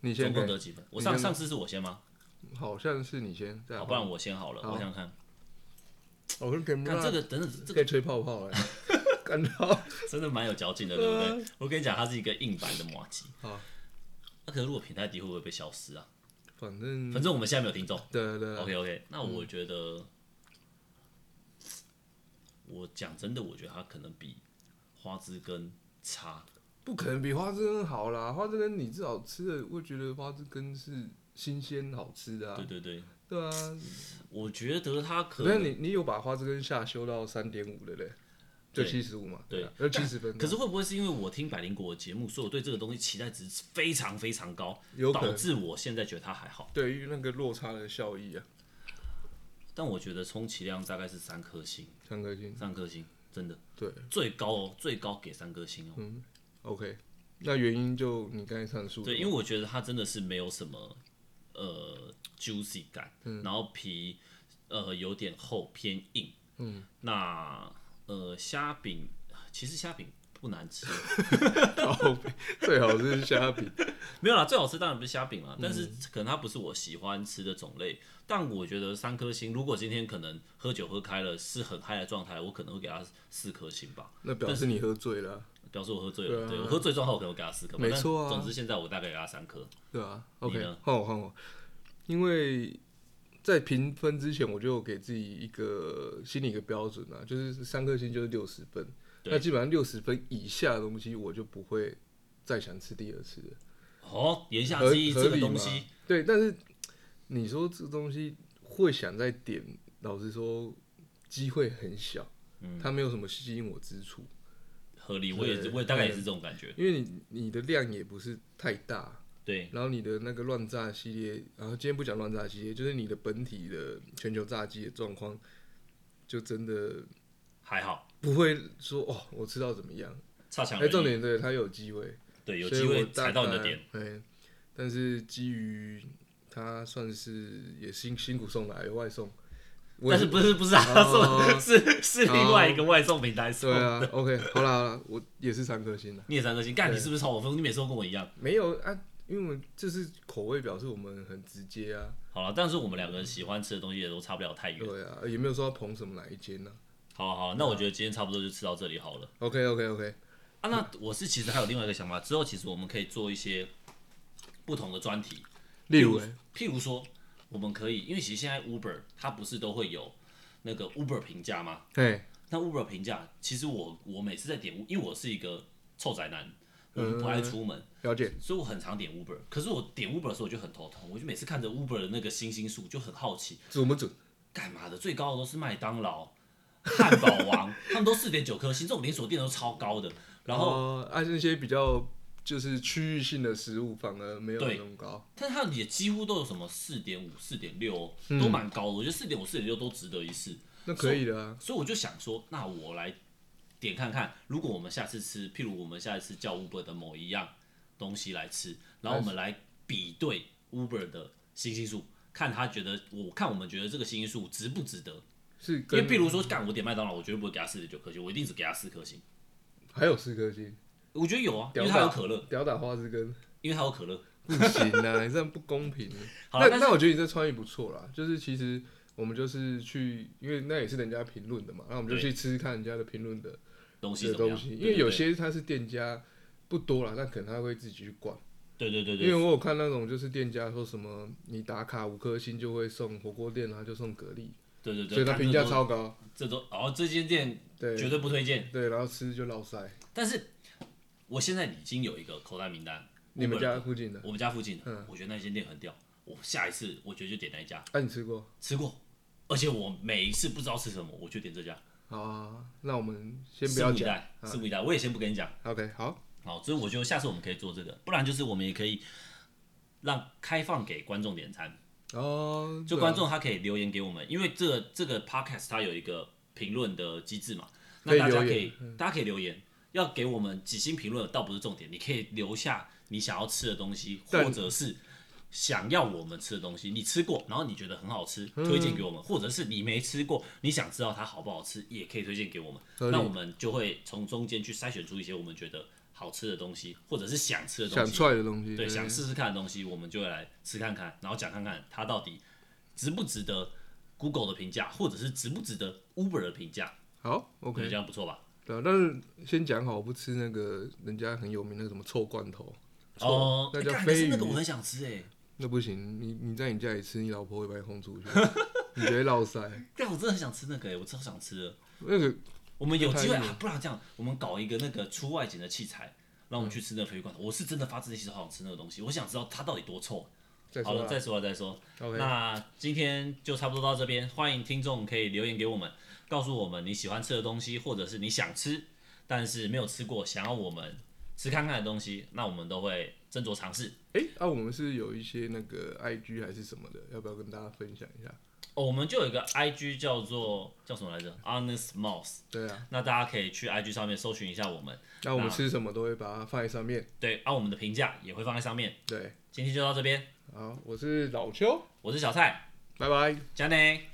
[SPEAKER 2] 你
[SPEAKER 1] 总
[SPEAKER 2] 先
[SPEAKER 1] 共
[SPEAKER 2] 给，
[SPEAKER 1] 得几分？我
[SPEAKER 2] 你
[SPEAKER 1] 上
[SPEAKER 2] 先
[SPEAKER 1] 上次是我先吗？
[SPEAKER 2] 好像是你先，再
[SPEAKER 1] 好，
[SPEAKER 2] 换
[SPEAKER 1] 不然我先好了，我想看。
[SPEAKER 2] 我跟田木
[SPEAKER 1] 看这
[SPEAKER 2] 这
[SPEAKER 1] 个，等等，这
[SPEAKER 2] 可以吹泡泡哎，感到
[SPEAKER 1] 真的蛮有嚼劲的，对不对？我跟你讲，它是一个硬版的马吉。
[SPEAKER 2] 啊好
[SPEAKER 1] 那可是如果评太低，会不会被消失啊？
[SPEAKER 2] 反 正
[SPEAKER 1] 反正我们现在没有听众。
[SPEAKER 2] 对啊对对
[SPEAKER 1] OK OK，那
[SPEAKER 2] 嗯
[SPEAKER 1] 我觉得，我讲真的，我觉得它可能比花枝根差。
[SPEAKER 2] 不可能比花枝根好啦，花枝根你至少吃的，我觉得花枝根是新鲜好吃的
[SPEAKER 1] 对
[SPEAKER 2] 啊，
[SPEAKER 1] 对对，
[SPEAKER 2] 对啊，
[SPEAKER 1] 我觉得它可
[SPEAKER 2] 可是
[SPEAKER 1] 能，
[SPEAKER 2] 你你有把花枝根下修到三点五的嘞，就
[SPEAKER 1] 对
[SPEAKER 2] 七十五嘛，
[SPEAKER 1] 对
[SPEAKER 2] 啊，要七十分啊，
[SPEAKER 1] 可是会不会是因为我听百灵果的节目，所以我对这个东西期待值非常非常高，
[SPEAKER 2] 有可
[SPEAKER 1] 导
[SPEAKER 2] 能
[SPEAKER 1] 致我现在觉得它还好。
[SPEAKER 2] 对于那个落差的效益啊，
[SPEAKER 1] 但我觉得充其量大概是三颗星，
[SPEAKER 2] 三颗星，
[SPEAKER 1] 三颗星真的
[SPEAKER 2] 对嗯
[SPEAKER 1] 最高哦，最高给三颗星哦。
[SPEAKER 2] ，OK，那原因就你刚才上述的
[SPEAKER 1] 对，
[SPEAKER 2] 嘛
[SPEAKER 1] 因为我觉得它真的是没有什么呃 juicy 感，
[SPEAKER 2] 嗯
[SPEAKER 1] 然后皮呃有点厚偏硬，嗯，那呃虾饼其实虾饼不难吃，
[SPEAKER 2] 靠北最好是虾饼，
[SPEAKER 1] 没有啦，最好吃当然不是虾饼啦，
[SPEAKER 2] 嗯
[SPEAKER 1] 但是可能它不是我喜欢吃的种类，但我觉得三颗星，如果今天可能喝酒喝开了是很嗨的状态，我可能会给它四颗星吧。
[SPEAKER 2] 那表示你喝醉了啊，
[SPEAKER 1] 表示我喝醉了，
[SPEAKER 2] 对啊
[SPEAKER 1] 对我喝醉状态，我可能会给他四颗吧。
[SPEAKER 2] 没错啊
[SPEAKER 1] 但总之现在我大概给他三颗。
[SPEAKER 2] 对啊
[SPEAKER 1] 你
[SPEAKER 2] ，OK，
[SPEAKER 1] 呢
[SPEAKER 2] 换我换我，因为在评分之前，我就给自己一个心里一个标准啊，就是三颗星就是六十分，
[SPEAKER 1] 对
[SPEAKER 2] 那基本上六十分以下的东西，我就不会再想吃第二次了，
[SPEAKER 1] 哦，言下
[SPEAKER 2] 合
[SPEAKER 1] 之意，
[SPEAKER 2] 合
[SPEAKER 1] 这个
[SPEAKER 2] 理
[SPEAKER 1] 东
[SPEAKER 2] 吗
[SPEAKER 1] 西，？
[SPEAKER 2] 对，但是你说这东西会想再点，老实说，机会很小，
[SPEAKER 1] 嗯
[SPEAKER 2] 它没有什么吸引我之处。
[SPEAKER 1] 合理，我也是，
[SPEAKER 2] 对
[SPEAKER 1] 我也大概也是这种感觉。
[SPEAKER 2] 因为你你的量也不是太大，
[SPEAKER 1] 对，
[SPEAKER 2] 然后你的那个乱炸系列，然后今天不讲乱炸系列，就是你的本体的全球炸鸡的状况，就真的
[SPEAKER 1] 还好，
[SPEAKER 2] 不会说哦，我吃到怎么样？
[SPEAKER 1] 差强
[SPEAKER 2] 哎、
[SPEAKER 1] 人
[SPEAKER 2] 重
[SPEAKER 1] 意。
[SPEAKER 2] 点对它有机会，
[SPEAKER 1] 对，有
[SPEAKER 2] 所以
[SPEAKER 1] 哦机
[SPEAKER 2] 我
[SPEAKER 1] 会
[SPEAKER 2] 大
[SPEAKER 1] 踩到你的
[SPEAKER 2] 概
[SPEAKER 1] 点，。
[SPEAKER 2] 哎，但是基于它算是也辛辛苦送来有外送，我也
[SPEAKER 1] 但是不是不是啊？
[SPEAKER 2] 哦
[SPEAKER 1] 送 是是另外一个外送平台送
[SPEAKER 2] 对。啊，OK，好啦好啦，我也是三颗星啦。
[SPEAKER 1] 你也三颗星，干你是不是超我分？你每次都跟我一样。
[SPEAKER 2] 没有啊，因为我们这是口味表示我们很直接啊，
[SPEAKER 1] 好了，但是我们两个喜欢吃的东西也都差不了太远。
[SPEAKER 2] 对啊，也没有说要捧什么哪一间呢、
[SPEAKER 1] 好啊好啊，那我觉得今天差不多就吃到这里好了。
[SPEAKER 2] OK OK OK，
[SPEAKER 1] 啊，
[SPEAKER 2] 嗯
[SPEAKER 1] 那我是其实还有另外一个想法，之后其实我们可以做一些不同的专题，
[SPEAKER 2] 例如欸
[SPEAKER 1] 譬如说，我们可以，因为其实现在 Uber 它不是都会有那个 Uber 评价吗？
[SPEAKER 2] 哎，
[SPEAKER 1] 那 Uber 评价，其实我我每次在点，因为我是一个臭宅男，我不爱出门，
[SPEAKER 2] 了解，
[SPEAKER 1] 所以我很常点 Uber。可是我点 Uber 的时候，我就很头痛，我就每次看着 Uber 的那个星星数，就很好奇，
[SPEAKER 2] 准不准？
[SPEAKER 1] 干嘛的？最高的都是麦当劳、汉堡王，他们都四点九颗星，这种连锁店都超高的。然后
[SPEAKER 2] 后按、哦啊那些比较就是区域性的食物反而没有
[SPEAKER 1] 对
[SPEAKER 2] 那么高，
[SPEAKER 1] 但它也几乎都有什么四点五、四点六，都蛮高的。我觉得四点五、四点六都值得一试。
[SPEAKER 2] 那可以的啊。
[SPEAKER 1] 所以我就想说，那我来点看看，如果我们下次吃，譬如我们下一次叫 Uber 的某一样东西来吃，然后我们来比对 Uber 的星星数，看他觉得，我看我们觉得这个星星数值不值得。
[SPEAKER 2] 是
[SPEAKER 1] 因为
[SPEAKER 2] 跟
[SPEAKER 1] 譬如说，干我点麦当劳，我绝对不会给他四点九颗星，我一定只给他四颗星。
[SPEAKER 2] 还有四颗星，
[SPEAKER 1] 我觉得有啊，因
[SPEAKER 2] 屌
[SPEAKER 1] 为
[SPEAKER 2] 打
[SPEAKER 1] 它有可乐，，
[SPEAKER 2] 屌打花枝根，
[SPEAKER 1] 因为它有可乐。
[SPEAKER 2] 不行 啊，你这样不公平。
[SPEAKER 1] 好
[SPEAKER 2] 那
[SPEAKER 1] 了，但是
[SPEAKER 2] 那我觉得你这创意不错啦，就是其实我们就是去，因为那也是人家评论的嘛，那我们就
[SPEAKER 1] 对
[SPEAKER 2] 去吃吃看人家的评论的
[SPEAKER 1] 东西
[SPEAKER 2] 的
[SPEAKER 1] 怎么
[SPEAKER 2] 东
[SPEAKER 1] 样？对
[SPEAKER 2] 西，因为有
[SPEAKER 1] 对
[SPEAKER 2] 些他是店家不多啦，但可能他会自己去逛。
[SPEAKER 1] 对对对
[SPEAKER 2] 因为
[SPEAKER 1] 对，
[SPEAKER 2] 我有看那种就是店家说什么你打卡五颗星就会送火锅店啊，就送蛤蜊，
[SPEAKER 1] 对对对，
[SPEAKER 2] 所以他
[SPEAKER 1] 看
[SPEAKER 2] 评
[SPEAKER 1] 这
[SPEAKER 2] 价
[SPEAKER 1] 都
[SPEAKER 2] 超高。
[SPEAKER 1] 这都哦，这间店绝
[SPEAKER 2] 对
[SPEAKER 1] 对不推荐。
[SPEAKER 2] 对，然后吃就落塞。
[SPEAKER 1] 但是我现在已经有一个口袋名单，
[SPEAKER 2] 你们
[SPEAKER 1] Uber
[SPEAKER 2] 家
[SPEAKER 1] 的
[SPEAKER 2] 附近的？
[SPEAKER 1] 我们家附近的，
[SPEAKER 2] 嗯
[SPEAKER 1] 我觉得那间店很屌。我下一次我觉得就点那一家，
[SPEAKER 2] 哎、你吃过？
[SPEAKER 1] 吃过，而且我每一次不知道吃什么，我就点这家，
[SPEAKER 2] 好啊，那我们先不
[SPEAKER 1] 拭
[SPEAKER 2] 要
[SPEAKER 1] 目以
[SPEAKER 2] 讲。嗯
[SPEAKER 1] 待，拭目以待。我也先不跟你讲，
[SPEAKER 2] OK，好，
[SPEAKER 1] 好，所以我觉得下次我们可以做这个，不然就是我们也可以让开放给观众点餐，
[SPEAKER 2] 哦，
[SPEAKER 1] 就
[SPEAKER 2] 对啊
[SPEAKER 1] 观众他可以留言给我们，因为这个这个 podcast 它有一个评论的机制嘛，那
[SPEAKER 2] 可以
[SPEAKER 1] 大家
[SPEAKER 2] 留
[SPEAKER 1] 可
[SPEAKER 2] 言嗯
[SPEAKER 1] 以大家可以留言，要给我们几星评论倒不是重点，你可以留下你想要吃的东西，
[SPEAKER 2] 但
[SPEAKER 1] 或者是想要我们吃的东西，你吃过，然后你觉得很好吃，
[SPEAKER 2] 嗯
[SPEAKER 1] 推荐给我们，或者是你没吃过，你想知道它好不好吃，也可以推荐给我们。
[SPEAKER 2] 理
[SPEAKER 1] 那我们就会从中间去筛选出一些我们觉得好吃的东西，或者是想吃的东
[SPEAKER 2] 想
[SPEAKER 1] 西，
[SPEAKER 2] 踹的东西，
[SPEAKER 1] 对，想试试看的东西，我们就会来吃看看，然后讲看看它到底值不值得 Google 的评价，或者是值不值得 Uber 的评价。
[SPEAKER 2] 好
[SPEAKER 1] 我觉得
[SPEAKER 2] ，OK，
[SPEAKER 1] 这样不错吧？
[SPEAKER 2] 对啊，但是先讲好，我不吃那个人家很有名那个什么臭罐头，臭
[SPEAKER 1] 哦，
[SPEAKER 2] 那
[SPEAKER 1] 哎
[SPEAKER 2] 叫
[SPEAKER 1] 干可
[SPEAKER 2] 飞
[SPEAKER 1] 是
[SPEAKER 2] 鱼
[SPEAKER 1] 那，个我很想吃哎，
[SPEAKER 2] 那不行，你你在你家里吃，你老婆会把你轰 出去，你直接落塞。
[SPEAKER 1] 但我真的很想吃那个哎，我超想吃的。
[SPEAKER 2] 那个
[SPEAKER 1] 我们有机会
[SPEAKER 2] 那太硬
[SPEAKER 1] 啊，不然这样，我们搞一个那个出外景的器材，让我们去吃那个鲱鱼罐头。我是真的发自内心地好想吃那个东西，我想知道它到底多臭。
[SPEAKER 2] 再
[SPEAKER 1] 好
[SPEAKER 2] 说
[SPEAKER 1] 了，
[SPEAKER 2] 啦
[SPEAKER 1] 再说了，再说。
[SPEAKER 2] ，OK，
[SPEAKER 1] 那今天就差不多到这边，欢迎听众可以留言给我们，告诉我们你喜欢吃的东西，或者是你想吃但是没有吃过，想要我们吃看看的东西，那我们都会斟酌尝试。
[SPEAKER 2] 哎，啊，我们是有一些那个 IG 还是什么的，要不要跟大家分享一下？
[SPEAKER 1] 哦，我们就有一个 IG 叫做叫什么来着？Honest Mouse，
[SPEAKER 2] 对啊，
[SPEAKER 1] 那大家可以去 IG 上面搜寻一下我们，
[SPEAKER 2] 那我们吃什么都会把它放在上面。
[SPEAKER 1] 对，啊按、我们的评价也会放在上面。
[SPEAKER 2] 对，
[SPEAKER 1] 今天就到这边。
[SPEAKER 2] 好，我是老邱，
[SPEAKER 1] 我是小蔡，
[SPEAKER 2] 拜拜。
[SPEAKER 1] 加内。